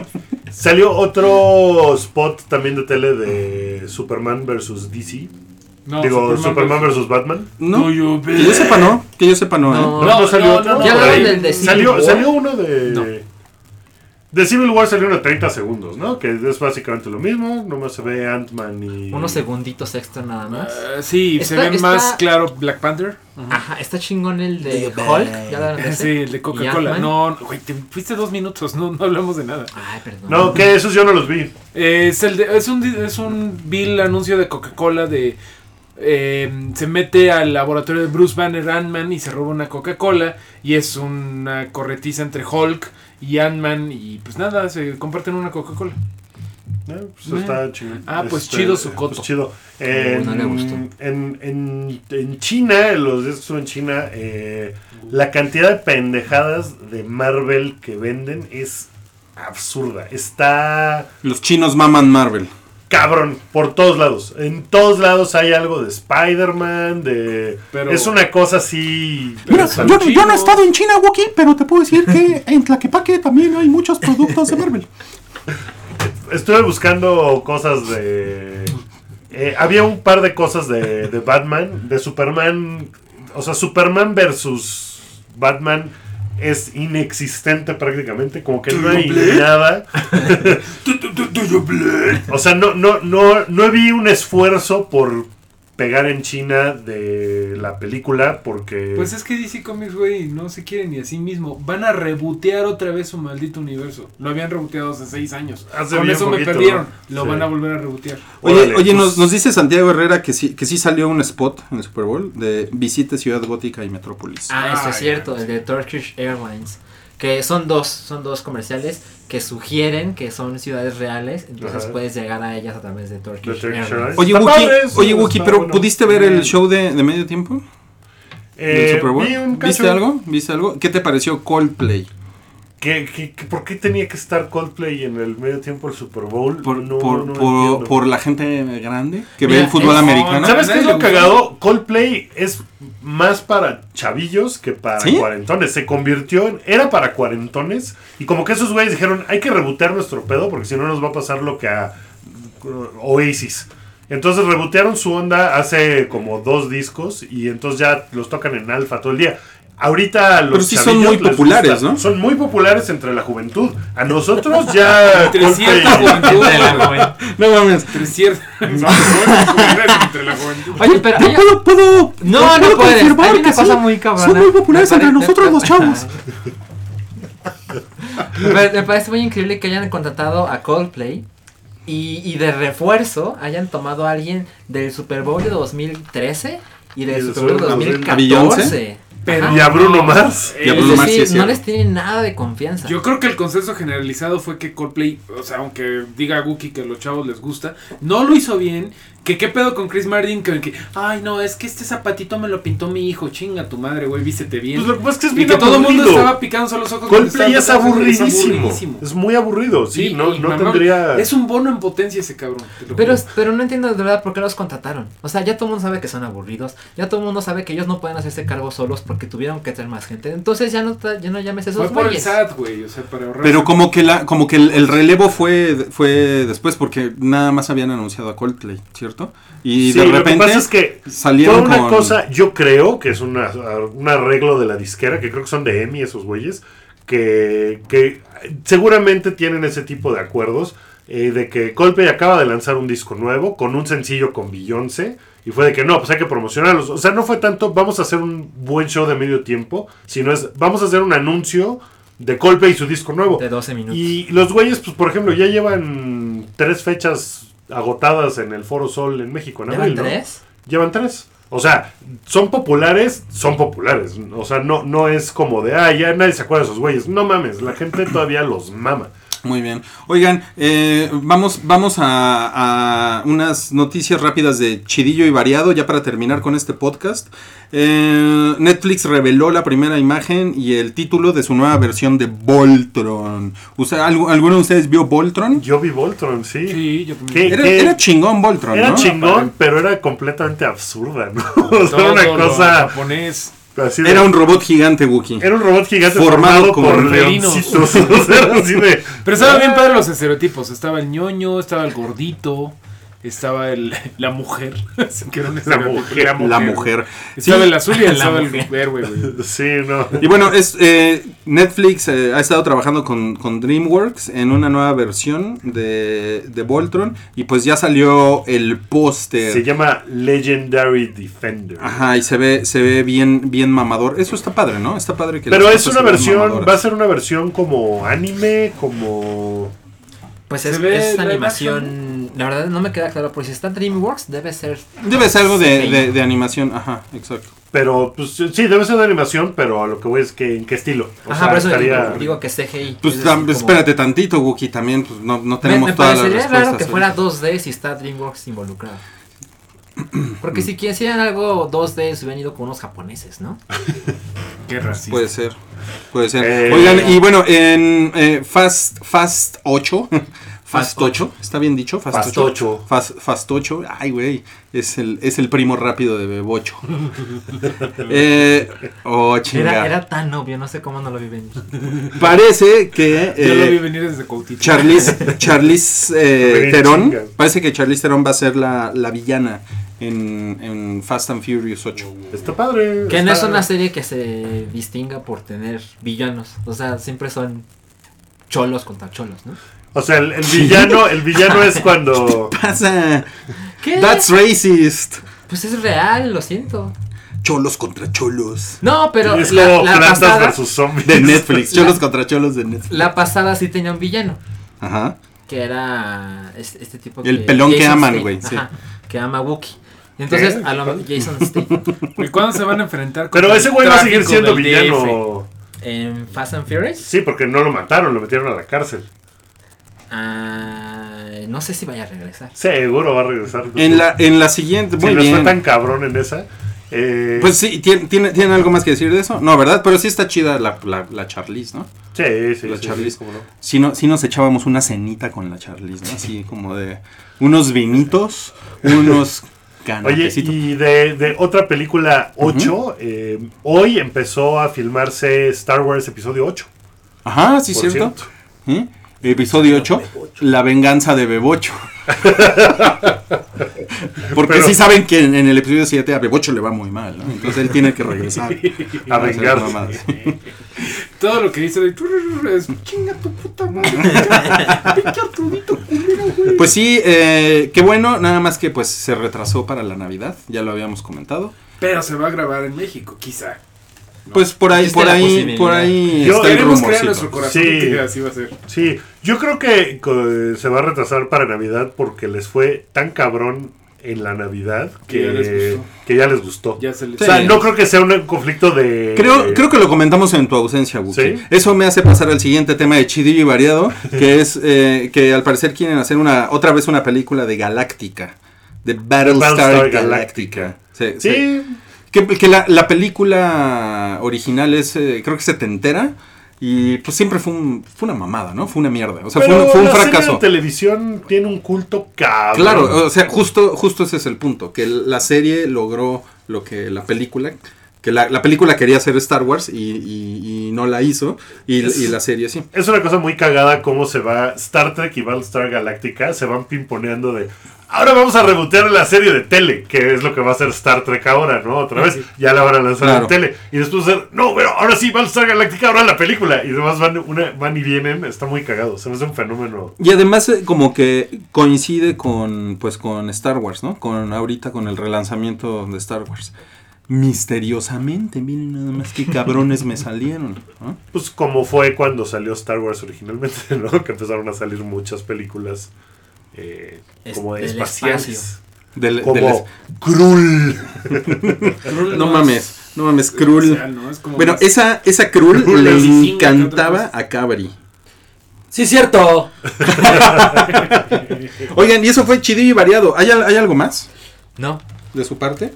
Speaker 2: Salió otro spot también de tele de Superman versus DC.
Speaker 3: No,
Speaker 2: Digo, Superman
Speaker 3: vs.
Speaker 2: versus Batman.
Speaker 5: No,
Speaker 3: Do you
Speaker 5: que yo sepa no, que yo sepa no.
Speaker 4: No.
Speaker 5: ¿eh?
Speaker 2: No, no salió
Speaker 3: no,
Speaker 2: otro.
Speaker 3: no,
Speaker 2: por
Speaker 4: Ya hablaron
Speaker 2: ahí.
Speaker 4: del de Civil
Speaker 2: salió,
Speaker 4: War.
Speaker 2: salió uno de.
Speaker 3: No.
Speaker 2: De Civil War salió uno de 30 segundos, ¿no? Que es básicamente lo mismo. Nomás se ve Ant-Man y.
Speaker 4: Unos segunditos extra nada más.
Speaker 3: Eh, sí, se
Speaker 4: Está-
Speaker 3: ve
Speaker 4: está-
Speaker 3: más claro Black Panther.
Speaker 4: Ajá, está chingón el de Hulk. Ya hablaron de ese.
Speaker 3: Sí, el de
Speaker 4: Y
Speaker 3: Coca-Cola.
Speaker 4: Ant-Man.
Speaker 3: No, no, güey, te fuiste dos minutos, no, no hablamos de nada.
Speaker 4: Ay, perdón.
Speaker 2: No, que esos yo no los vi.
Speaker 3: Eh, es, el de- es, un, di- es un vil anuncio de Coca-Cola de... eh, se mete al laboratorio de Bruce Banner Ant-Man y se roba una Coca-Cola y es una corretiza entre Hulk y Ant-Man y pues nada, se comparten una Coca-Cola.
Speaker 2: Eh, pues está chido.
Speaker 3: Ah, pues chido su coto.
Speaker 2: pues chido. En,
Speaker 4: no le gustó.
Speaker 2: en, en, en China, los días que estuve en China, eh, la cantidad de pendejadas de Marvel que venden es absurda. Está
Speaker 5: Los chinos maman Marvel.
Speaker 2: cabrón por todos lados. En todos lados hay algo de Spider-Man, de...
Speaker 3: Pero-
Speaker 2: es una cosa así...
Speaker 5: Mira,
Speaker 2: Pero-
Speaker 5: yo, yo no he
Speaker 3: chinos.
Speaker 5: estado en China, Wookie, pero te puedo decir que en Tlaquepaque también hay muchos productos de Marvel.
Speaker 2: Estuve buscando cosas de... eh, había un par de cosas de, de Batman, de Superman. O sea, Superman versus Batman es inexistente prácticamente, como que no hay nada. O sea, no, no, no, no vi un esfuerzo por pegar en China de la película porque...
Speaker 3: Pues es que DC Comics, güey, no se quiere ni a sí mismo. Van a rebotear otra vez su maldito universo. Lo habían reboteado hace seis años.
Speaker 2: Hace
Speaker 3: Con
Speaker 2: bien
Speaker 3: eso
Speaker 2: poquito,
Speaker 3: me perdieron.
Speaker 2: ¿no?
Speaker 3: Lo
Speaker 2: Sí.
Speaker 3: van a volver a rebotear.
Speaker 5: Oye,
Speaker 2: Órale,
Speaker 5: oye nos,
Speaker 2: pues-
Speaker 5: nos dice Santiago Herrera que sí, que sí salió un spot en el Super Bowl de visite Ciudad Gótica y Metrópolis.
Speaker 4: Ah, eso es
Speaker 3: Ay,
Speaker 4: cierto, el de Turkish Airlines. Que son dos, son dos comerciales que sugieren que son ciudades reales, entonces
Speaker 2: Ajá.
Speaker 4: puedes llegar a ellas a través de Turkish,
Speaker 2: Turkish
Speaker 4: Airlines.
Speaker 2: Airlines.
Speaker 5: Oye,
Speaker 2: pues Está
Speaker 5: Wookie,
Speaker 2: padre, eso
Speaker 5: oye,
Speaker 2: está
Speaker 5: Wookie, pero
Speaker 2: bueno.
Speaker 5: ¿pudiste ver el show de, de medio tiempo?
Speaker 2: Eh,
Speaker 5: ¿Del Super Bowl?
Speaker 2: vi un
Speaker 5: ¿Viste
Speaker 2: cacho-
Speaker 5: algo? ¿Viste algo? ¿Qué te pareció Coldplay?
Speaker 2: ¿Qué, qué, qué- por qué tenía que estar Coldplay en el medio tiempo del Super Bowl?
Speaker 5: ¿Por,
Speaker 2: No,
Speaker 5: por,
Speaker 2: no
Speaker 5: por-
Speaker 2: entiendo.
Speaker 5: por la gente grande que ve
Speaker 4: Mira,
Speaker 5: el fútbol
Speaker 4: es-
Speaker 5: americano?
Speaker 2: ¿Sabes qué es lo
Speaker 3: Nadie le
Speaker 2: cagado? Coldplay es más para chavillos que para
Speaker 5: ¿Sí?
Speaker 2: cuarentones. Se convirtió en. Era para cuarentones. Y como que esos güeyes dijeron: hay que rebotear nuestro pedo porque si no nos va a pasar lo que a uh, Oasis. Entonces rebotearon su onda hace como dos discos y entonces ya los tocan en alfa todo el día. Ahorita los
Speaker 5: Pero sí son
Speaker 2: chavillos
Speaker 5: muy
Speaker 2: les
Speaker 5: populares,
Speaker 2: gusta.
Speaker 5: ¿no?
Speaker 2: Son muy populares entre la juventud. A nosotros ya
Speaker 3: Entre
Speaker 2: Coldplay-
Speaker 3: cierta juventud.
Speaker 4: De la
Speaker 3: güey.
Speaker 5: No mames.
Speaker 3: Entre cierta. Entre la juventud.
Speaker 4: Oye, pero
Speaker 5: Yo
Speaker 4: hay-
Speaker 5: puedo, puedo-
Speaker 4: No,
Speaker 5: puedo
Speaker 4: no puedes.
Speaker 5: confirmar
Speaker 4: Hay una
Speaker 5: que
Speaker 4: cosa
Speaker 5: sí,
Speaker 4: muy cabrona.
Speaker 5: Son muy populares
Speaker 4: Me
Speaker 5: entre
Speaker 4: pare-
Speaker 5: nosotros los chavos.
Speaker 4: me, pare- me parece muy increíble que hayan contratado a Coldplay y, y de refuerzo hayan tomado a alguien del Super Bowl de 2013 y
Speaker 2: Y
Speaker 4: del
Speaker 2: del
Speaker 4: Super Bowl de
Speaker 2: Super Bowl de
Speaker 4: 2014.
Speaker 3: Pero
Speaker 2: Y a Bruno
Speaker 3: no.
Speaker 2: Mars.
Speaker 5: Y a
Speaker 3: Es
Speaker 5: Bruno
Speaker 4: Es
Speaker 5: Mars sí
Speaker 4: decir,
Speaker 5: es
Speaker 4: no
Speaker 5: cierto.
Speaker 4: les tienen nada de confianza.
Speaker 3: Yo creo que el consenso generalizado fue que Coldplay, o sea, aunque diga Guki que a los chavos les gusta, no lo hizo bien. Que qué pedo con Chris Martin, que, que, ay no, es que este zapatito me lo pintó mi hijo, chinga tu madre, güey, vístete bien.
Speaker 2: Pues lo que pasa es que es
Speaker 3: y
Speaker 2: bien
Speaker 3: que todo el mundo
Speaker 2: aburrido.
Speaker 3: estaba picándose los ojos. cuando
Speaker 2: Coldplay es
Speaker 3: estaba tocando, es
Speaker 2: aburridísimo.
Speaker 3: aburridísimo.
Speaker 2: Es muy aburrido, sí,
Speaker 3: Y-
Speaker 2: no,
Speaker 3: y
Speaker 2: no
Speaker 3: mamá,
Speaker 2: tendría.
Speaker 3: Es un bono en potencia ese cabrón. te lo
Speaker 4: Pero,
Speaker 3: juro.
Speaker 4: pero no entiendo de verdad por qué los contrataron. O sea, ya todo el mundo sabe que son aburridos. Ya todo el mundo sabe que ellos no pueden hacerse cargo solos porque tuvieron que traer más gente. Entonces ya no, tra- ya no llames a
Speaker 3: fue
Speaker 4: esos
Speaker 3: por el
Speaker 4: güeyes.
Speaker 3: SAT, güey, o sea, para ahorrar.
Speaker 5: Pero como que la, como que el, el relevo fue, fue después, porque nada más habían anunciado a Coldplay, ¿cierto? Y
Speaker 2: Sí,
Speaker 5: de
Speaker 2: lo que
Speaker 5: repente
Speaker 2: pasa es que
Speaker 5: salieron
Speaker 2: Fue una
Speaker 5: con-
Speaker 2: cosa, yo creo que es una, un arreglo de la disquera, que creo que son de EMI esos güeyes, que, que seguramente tienen ese tipo de acuerdos, eh, de que Coldplay acaba de lanzar un disco nuevo con un sencillo con Beyoncé, y fue de que no, pues hay que promocionarlos. O sea, no fue tanto, vamos a hacer un buen show de medio tiempo, sino es, vamos a hacer un anuncio de Coldplay y su disco nuevo.
Speaker 4: De 12 minutos.
Speaker 2: Y los güeyes, pues por ejemplo, ya llevan tres fechas agotadas en el Foro Sol en México, en
Speaker 4: ¿Llevan
Speaker 2: abril, ¿no?
Speaker 4: tres?
Speaker 2: llevan tres. O sea, son populares, son populares. O sea, no, no es como de, ah, ya nadie se acuerda de esos güeyes. No mames, la gente todavía los mama.
Speaker 5: Muy bien. Oigan, eh, vamos, vamos a, a unas noticias rápidas de chidillo y variado, ya para terminar con este podcast. Eh, Netflix reveló la primera imagen y el título de su nueva versión de Voltron. ¿Usted- algu- ¿Alguno de ustedes vio Voltron?
Speaker 2: Yo vi Voltron, sí.
Speaker 3: Sí, yo también.
Speaker 2: ¿Qué?
Speaker 5: Era, era chingón Voltron,
Speaker 2: Era
Speaker 5: ¿no?
Speaker 2: chingón, pero era completamente absurda, ¿no? O sea,
Speaker 3: Todo
Speaker 2: una
Speaker 3: lo
Speaker 2: cosa
Speaker 3: japonés.
Speaker 2: así de-
Speaker 5: Era un robot gigante, Wookie.
Speaker 2: era un robot gigante formado,
Speaker 5: formado
Speaker 2: por
Speaker 5: con
Speaker 3: felinos.
Speaker 2: leoncitos. O sea, era así de-
Speaker 3: Pero estaban bien
Speaker 5: Ah.
Speaker 3: padres los estereotipos. Estaba el ñoño, estaba el gordito, estaba el, la mujer. que era un estereotipo,
Speaker 2: mujer,
Speaker 5: La mujer. Sí.
Speaker 3: Estaba el azul y estaba el
Speaker 4: mujer.
Speaker 3: verde, güey.
Speaker 2: Sí, no.
Speaker 5: Y bueno, es, eh, Netflix eh, ha estado trabajando con, con DreamWorks en una nueva versión de, de Voltron y pues ya salió el póster.
Speaker 2: Se llama Legendary Defender.
Speaker 5: Ajá, y se ve, se ve bien, bien mamador. Eso está padre, ¿no? Está padre que
Speaker 2: Pero
Speaker 5: las
Speaker 2: es
Speaker 5: cosas
Speaker 2: una
Speaker 5: se vean
Speaker 2: versión,
Speaker 5: mamadoras.
Speaker 2: va a ser una versión como anime, como...
Speaker 4: Pues
Speaker 3: Se
Speaker 4: es,
Speaker 3: ve
Speaker 4: es
Speaker 3: live
Speaker 4: animación. La verdad no me queda claro, porque si está DreamWorks debe ser.
Speaker 5: Debe ser algo de, de- de animación, ajá, exacto.
Speaker 2: Pero, pues sí, debe ser de animación, pero a lo que voy es que en qué estilo. O
Speaker 4: Ajá,
Speaker 2: sea,
Speaker 4: por eso
Speaker 2: estaría-
Speaker 4: digo, digo que es CGI.
Speaker 5: Pues
Speaker 4: es decir,
Speaker 5: tam-
Speaker 4: como-
Speaker 5: espérate tantito, Wookie, también pues, no, no
Speaker 4: Me-
Speaker 5: tenemos
Speaker 4: Me,
Speaker 5: todas las
Speaker 4: parecería
Speaker 5: respuestas.
Speaker 4: raro que fuera
Speaker 5: ahorita.
Speaker 4: 2D si está DreamWorks involucrado. Porque si quisieran algo 2D se hubieran ido con unos japoneses, ¿no?
Speaker 3: Qué racista.
Speaker 5: Puede ser, puede ser.
Speaker 2: Eh,
Speaker 5: Oigan, y bueno, en eh, Fast, Fast 8,
Speaker 4: Fast
Speaker 5: Fast 8, está bien dicho, Fast,
Speaker 2: Fast
Speaker 5: 8.
Speaker 2: 8.
Speaker 5: Fast, Fast 8, ay güey, es el, es el primo rápido de Bebocho. eh, oh,
Speaker 4: Era,
Speaker 5: chinga.
Speaker 4: era tan obvio, no sé cómo no lo vi venir.
Speaker 5: Parece que...
Speaker 3: Yo lo
Speaker 5: eh,
Speaker 3: vi venir desde Cuautitlán.
Speaker 5: Charlize, Charlize eh,
Speaker 2: Ven,
Speaker 5: Theron.
Speaker 2: chinga.
Speaker 5: Parece que Charlize Theron va a ser la, la villana en, en Fast and Furious 8.
Speaker 2: Está padre.
Speaker 4: Que no
Speaker 2: está-
Speaker 4: es una serie que se distinga por tener villanos. O sea, siempre son cholos contra cholos, ¿no?
Speaker 2: O sea, el, el villano, el villano es cuando.
Speaker 5: ¡Pasa!
Speaker 4: ¿Qué?
Speaker 5: ¡That's racist!
Speaker 4: Pues es real, lo siento.
Speaker 5: Cholos contra cholos.
Speaker 4: No, pero
Speaker 2: es
Speaker 4: la,
Speaker 2: como
Speaker 4: la
Speaker 2: plantas
Speaker 4: pasada,
Speaker 2: versus zombies.
Speaker 5: De Netflix. Cholos contra cholos de Netflix.
Speaker 4: la pasada sí tenía un villano.
Speaker 5: Ajá.
Speaker 4: Que era este, este tipo
Speaker 5: El pelón que aman,
Speaker 4: Statham,
Speaker 5: güey, sí.
Speaker 4: ajá, Que ama a Wookiee. Entonces,
Speaker 2: ¿Qué?
Speaker 4: a lo mejor Jason Statham.
Speaker 3: ¿Y cuándo se van a enfrentar?
Speaker 2: Pero
Speaker 3: contra
Speaker 2: ese
Speaker 3: el
Speaker 2: güey va a seguir
Speaker 3: trágico
Speaker 2: siendo
Speaker 3: del DF?
Speaker 2: villano.
Speaker 4: En Fast and Furious.
Speaker 2: Sí, porque no lo mataron, lo metieron a la cárcel.
Speaker 4: ah, no sé si vaya a regresar.
Speaker 2: Seguro va a regresar.
Speaker 5: En la, en la siguiente.
Speaker 2: si
Speaker 5: Muy
Speaker 2: no fue
Speaker 5: bien.
Speaker 2: tan cabrón en esa. eh,
Speaker 5: Pues sí, ¿tiene, tiene, tiene algo más que decir de eso? No, ¿verdad? Pero sí está chida la, la, la Charlize, ¿no?
Speaker 2: sí, sí,
Speaker 5: la
Speaker 2: sí, sí,
Speaker 5: Charlize.
Speaker 2: cómo no.
Speaker 5: Si, no, si nos echábamos una cenita con la Charlize, ¿no? Así como de unos vinitos, unos
Speaker 2: Oye,
Speaker 5: canapecitos.
Speaker 2: y de, de otra película 8, eh, hoy empezó a filmarse Star Wars Episodio 8.
Speaker 5: Ajá, sí,
Speaker 2: por
Speaker 5: cierto.
Speaker 2: cierto.
Speaker 5: ¿Eh? Episodio 8, La venganza de Bebocho. Porque
Speaker 2: Pero-
Speaker 5: sí saben que en, en el episodio 7 a Bebocho le va muy mal, ¿no? Entonces él tiene que regresar
Speaker 2: A
Speaker 5: hacer
Speaker 2: vengarse.
Speaker 5: mamadas.
Speaker 3: Todo lo que dice de "Turururu", es chinga tu puta madre. pinche- Pinche Arturito culero, güey.
Speaker 5: Pues sí, eh, qué bueno, nada más que pues se retrasó para la Navidad, ya lo habíamos comentado.
Speaker 3: Pero se va a grabar en México, quizá.
Speaker 5: Pues por ahí,
Speaker 4: Existe
Speaker 5: por
Speaker 4: la
Speaker 5: ahí,
Speaker 4: posibilidad.
Speaker 5: por ahí
Speaker 2: Yo-
Speaker 5: está el
Speaker 3: Queremos creer en
Speaker 5: rumorcito.
Speaker 3: nuestro corazón
Speaker 2: Sí.
Speaker 3: que así va a ser.
Speaker 2: Sí, yo creo que co- se va a retrasar para Navidad porque les fue tan cabrón en la Navidad
Speaker 3: Que ya les
Speaker 2: que,
Speaker 3: gustó.
Speaker 2: que ya les gustó.
Speaker 3: Ya se les...
Speaker 2: O sea,
Speaker 5: Sí.
Speaker 2: no creo que sea un conflicto de...
Speaker 5: Creo, creo que lo comentamos en tu ausencia, Buki.
Speaker 2: Eh, ¿Sí?
Speaker 5: Eso me hace pasar al siguiente tema de chidillo y variado, que es eh, que al parecer quieren hacer una otra vez una película de Galáctica, de Battlestar,
Speaker 2: Battlestar
Speaker 5: Galáctica.
Speaker 2: Galáctica.
Speaker 5: Sí, sí.
Speaker 2: Sí,
Speaker 5: Que, que la, la película original es, eh, creo que setentera, y pues siempre fue, un- fue una mamada, ¿no? Fue una mierda, o sea, fue
Speaker 2: pero
Speaker 5: un, fue un
Speaker 2: la serie
Speaker 5: fracaso.
Speaker 2: de televisión tiene un culto cabrón.
Speaker 5: Claro, o sea, justo, justo ese es el punto, que la serie logró lo que la película, que la, la película quería hacer Star Wars y, y- y no la hizo, y,
Speaker 2: Es-
Speaker 5: y la serie sí.
Speaker 2: Es una cosa muy cagada cómo se va Star Trek y Battlestar Galactica. Se van pimponeando de. Ahora vamos a rebotear la serie de tele, que es lo que va a hacer Star Trek ahora, ¿no? Otra
Speaker 4: Ah,
Speaker 2: vez, ya la van a lanzar
Speaker 5: Claro.
Speaker 2: en tele. Y después hacer, no, pero ahora sí, Battlestar Galactica, ahora la película. Y demás van, una, van y vienen, está muy cagado. Se me hace un fenómeno.
Speaker 5: Y además eh, como que coincide con, pues, con Star Wars, ¿no? Con ahorita con el relanzamiento de Star Wars. Misteriosamente, miren nada más que cabrones me salieron. ¿no?
Speaker 2: Pues como fue cuando salió Star Wars originalmente, ¿no? Que empezaron a salir muchas películas eh,
Speaker 4: Es-
Speaker 2: como
Speaker 4: del
Speaker 2: espaciales.
Speaker 4: espacio.
Speaker 5: Del- del-
Speaker 2: Como Krull.
Speaker 3: Krull
Speaker 5: no
Speaker 3: es
Speaker 5: mames, no mames, Krull.
Speaker 3: especial, ¿no? Es como
Speaker 5: Bueno,
Speaker 3: más-
Speaker 5: esa, esa Krull
Speaker 3: Krull es
Speaker 5: le
Speaker 3: vikinga, ¿qué otra
Speaker 5: encantaba
Speaker 3: cosa?
Speaker 5: a Cabri.
Speaker 4: Sí, cierto.
Speaker 5: Oigan, y eso fue chidillo y variado. ¿Hay, al- hay algo más
Speaker 4: No,
Speaker 5: de su parte?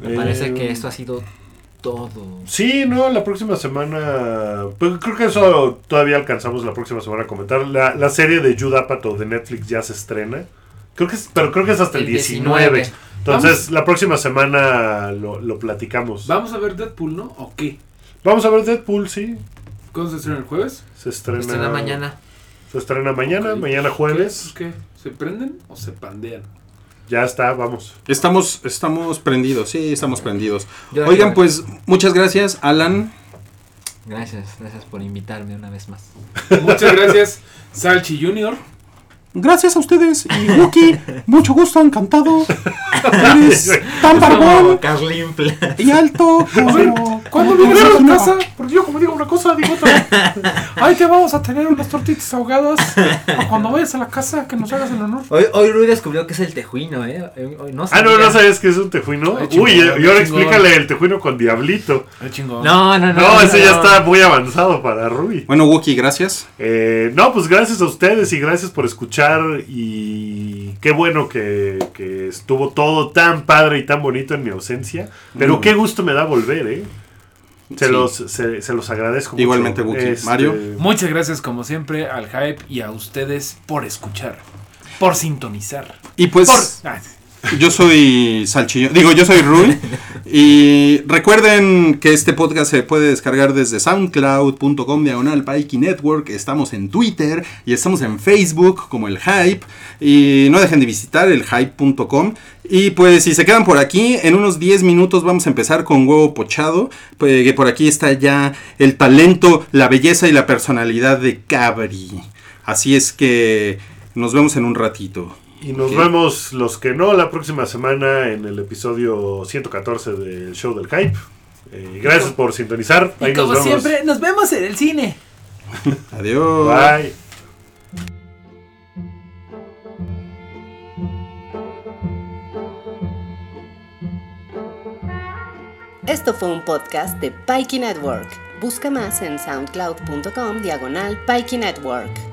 Speaker 4: me parece
Speaker 2: Eh,
Speaker 4: que esto ha sido todo.
Speaker 2: Sí, no, la próxima semana. Pues creo que eso todavía alcanzamos la próxima semana a comentar. La, la serie de Judd Apatow de Netflix ya se estrena. Creo que es, pero creo que es hasta el,
Speaker 4: El
Speaker 2: 19.
Speaker 4: 19.
Speaker 2: Entonces, la próxima semana lo, lo platicamos.
Speaker 3: Vamos a ver Deadpool, ¿no? ¿O qué?
Speaker 2: Vamos a ver Deadpool, sí.
Speaker 3: ¿Cuándo se estrena el jueves?
Speaker 2: Se estrena,
Speaker 4: Hasta la mañana.
Speaker 2: Se estrena mañana,
Speaker 3: Ok.
Speaker 2: mañana jueves.
Speaker 3: ¿Qué? ¿Se prenden o se pandean?
Speaker 2: Ya está, vamos.
Speaker 5: Estamos, estamos prendidos, sí, estamos prendidos.
Speaker 4: Yo la
Speaker 5: Oigan,
Speaker 4: quiero ver.
Speaker 5: pues muchas gracias, Alan.
Speaker 4: Gracias, gracias por invitarme una vez más.
Speaker 3: Muchas gracias, Salchi Junior.
Speaker 5: Gracias a ustedes. Y Wookie, mucho gusto, encantado. Eres tan
Speaker 4: Como
Speaker 5: barbón
Speaker 4: Carlin Pla-
Speaker 5: y alto como...
Speaker 3: ¿Cuándo
Speaker 5: como
Speaker 3: vienes a tu
Speaker 5: Regina.
Speaker 3: casa? Porque yo como digo una cosa, digo otra. Ahí te vamos a tener unas tortitas ahogadas. O cuando vayas a la casa, que nos hagas el honor.
Speaker 4: Hoy, hoy Rui descubrió que es el tejuino, ¿eh? Hoy- hoy no
Speaker 2: Ah, no,
Speaker 4: sabía.
Speaker 2: no sabes que es un tejuino.
Speaker 3: Ay, chingón,
Speaker 2: Uy, y ahora
Speaker 3: chingón.
Speaker 2: explícale el tejuino con Diablito.
Speaker 3: chingón.
Speaker 4: No, no, no.
Speaker 2: No, ese ya está muy avanzado para Ruby.
Speaker 5: Bueno, Wookie, gracias.
Speaker 2: Eh, no, pues gracias a ustedes y gracias por escuchar y qué bueno que, que estuvo todo tan padre y tan bonito en mi ausencia. Pero
Speaker 5: Mm.
Speaker 2: qué gusto me da volver, ¿eh? Se,
Speaker 5: Sí.
Speaker 2: los, se, se los agradezco mucho. Este,
Speaker 5: Igualmente, Buki. Mario.
Speaker 3: Muchas gracias como siempre al Hype y a ustedes por escuchar, por sintonizar.
Speaker 5: Y pues...
Speaker 3: Por... Ah,
Speaker 5: Yo soy Salchillo, digo, yo soy Rui. Y recuerden que este podcast se puede descargar desde soundcloud.com diagonal Pikey Network. Estamos en Twitter y estamos en Facebook como el Hype. Y no dejen de visitar el hype.com. Y pues si se quedan por aquí, en unos 10 minutos vamos a empezar con Huevo Pochado. Pues, que por aquí está ya el talento, la belleza y la personalidad de Cabri. Así es que nos vemos en un ratito.
Speaker 2: Y nos
Speaker 5: Ok.
Speaker 2: vemos los que no la próxima semana en el episodio 114 del Show del Hype. Eh, gracias por sintonizar.
Speaker 6: Y
Speaker 2: Ahí
Speaker 6: como
Speaker 2: nos vemos.
Speaker 6: siempre, nos vemos en el cine.
Speaker 5: Adiós.
Speaker 2: Bye.
Speaker 1: Esto fue un podcast de Pikey Network. Busca más en soundcloud.com diagonal Pikey Network.